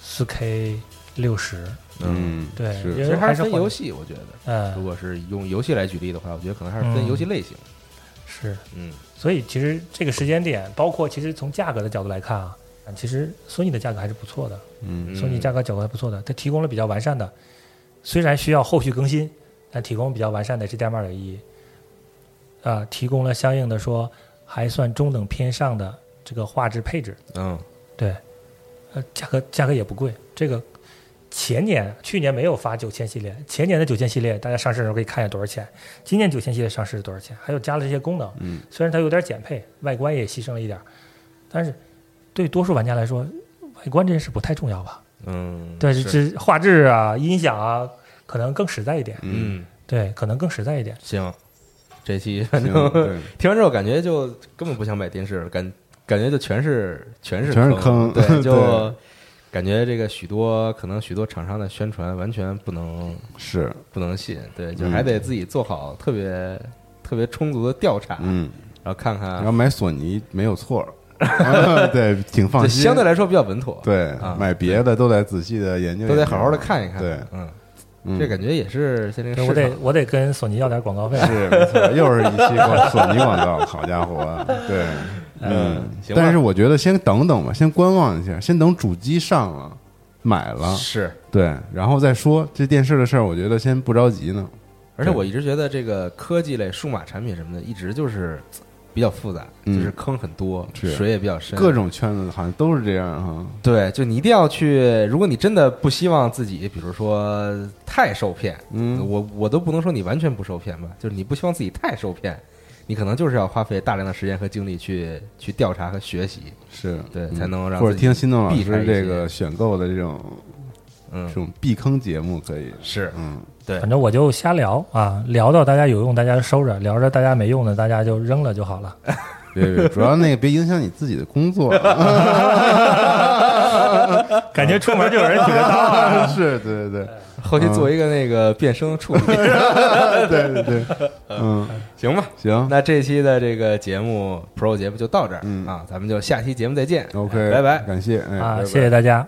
Speaker 3: 四 K 六十，
Speaker 1: 嗯，
Speaker 3: 对
Speaker 1: 是
Speaker 2: 其
Speaker 3: 因
Speaker 2: 实
Speaker 3: 为
Speaker 2: 还
Speaker 3: 还
Speaker 2: 是
Speaker 3: 是
Speaker 2: 分
Speaker 3: 换
Speaker 2: 游戏，我觉得如
Speaker 3: 嗯，
Speaker 2: 果是用游戏来举例的话，我觉得可能还是分
Speaker 3: 嗯
Speaker 2: 游戏类型
Speaker 3: 是，
Speaker 2: 嗯
Speaker 3: 所以其实这个时间点，包括其实从价格的角度来看啊，其实索尼的价格还是不错的，
Speaker 1: 嗯
Speaker 3: 索尼价格角度还不错的，它提供了比较完善的，虽然需要后续更新，但提供比较完善的 HDMI 二点一，啊，提供了相应的说还算中等偏上的这个画质配置，
Speaker 2: 嗯
Speaker 3: 对，呃，价格价格也不贵。这个前年、去年没有发九千系列，前年的九千系列大家上市的时候可以看一下多少钱，今年九千系列上市是多少钱？还有加了这些功能，
Speaker 1: 嗯，
Speaker 3: 虽然它有点减配，外观也牺牲了一点儿，但是对多数玩家来说，外观这件事不太重要吧？
Speaker 2: 嗯
Speaker 3: 对，这这画质啊、音响啊，可能更实在一点。
Speaker 2: 嗯
Speaker 3: 对，可能更实在一点。
Speaker 2: 行，这期反
Speaker 1: 行
Speaker 2: 正
Speaker 1: 对
Speaker 2: 听完之后感觉就根本不想买电视了，感感觉就全是全是
Speaker 1: 全是坑
Speaker 2: 对，就
Speaker 1: 对
Speaker 2: 感觉这个许多可能许多厂商的宣传完全不能
Speaker 1: 是，
Speaker 2: 不能信，对，就
Speaker 1: 嗯
Speaker 2: 还得自己做好特别、特别充足的调查，
Speaker 1: 嗯，
Speaker 2: 然后看
Speaker 1: 然
Speaker 2: 看
Speaker 1: 后，买索尼没有错儿，啊 对，挺
Speaker 2: 就
Speaker 1: 放心，
Speaker 2: 相对来说比较稳妥，，
Speaker 1: 对
Speaker 2: 啊，
Speaker 1: 买别的都得仔细的研究，
Speaker 2: 都得好好的，看一看，
Speaker 1: 对
Speaker 2: 嗯，
Speaker 1: 嗯
Speaker 2: 这感觉也是现在
Speaker 3: 对
Speaker 2: 这个
Speaker 3: 我
Speaker 2: 市
Speaker 3: 得
Speaker 2: 场，
Speaker 3: 我得跟索尼要点广告费。 啊
Speaker 1: 是没错，又是一期广索尼广告，好家伙，对，嗯
Speaker 2: 行吧
Speaker 1: 但是我觉得先等等吧，先观望一下，先等主机上了。买了，
Speaker 2: 是，
Speaker 1: 对，然后再说这电视的事儿，我觉得先不着急呢。
Speaker 2: 而且我一直觉得这个科技类数码产品什么的，一直就是嘖比较复杂，就
Speaker 1: 嗯
Speaker 2: 是坑很多，
Speaker 1: 是
Speaker 2: 水也比较深，
Speaker 1: 各种圈子好像都是这样哈，
Speaker 2: 对，就你一定要去。如果你真的不希望自己，比如说太受骗，
Speaker 1: 嗯，
Speaker 2: 我我都不能说你完全不受骗吧，就是你不希望自己太受骗，你可能就是要花费大量的时间和精力去去调查和学习，
Speaker 1: 是
Speaker 2: 对，
Speaker 1: 嗯
Speaker 2: 才能让
Speaker 1: 或者
Speaker 2: 自己
Speaker 1: 听新东老
Speaker 2: 避开
Speaker 1: 师
Speaker 2: 一些
Speaker 1: 这个选购的这种
Speaker 2: 嗯
Speaker 1: 这种避坑节目可以，
Speaker 2: 是
Speaker 1: 嗯，
Speaker 2: 对
Speaker 3: 反正我就瞎聊啊，聊到大家有用，大家就收着；聊着大家没用的，大家就扔了就好了。
Speaker 2: 哎
Speaker 1: 别别，主要那个别影响你自己的工作，啊
Speaker 3: 感觉出门就有人 举着刀啊。
Speaker 1: 是，对对对，
Speaker 2: 后期做一个那个变声处 理，
Speaker 1: 对对对，嗯，
Speaker 2: 行吧？
Speaker 1: 行
Speaker 2: 那这期的这个节目 Pro 节目就到这儿、
Speaker 1: 嗯
Speaker 2: 啊，咱们就下期节目再见
Speaker 1: ，OK，
Speaker 2: 拜拜。
Speaker 1: 感谢，哎，
Speaker 3: 啊，谢谢大家。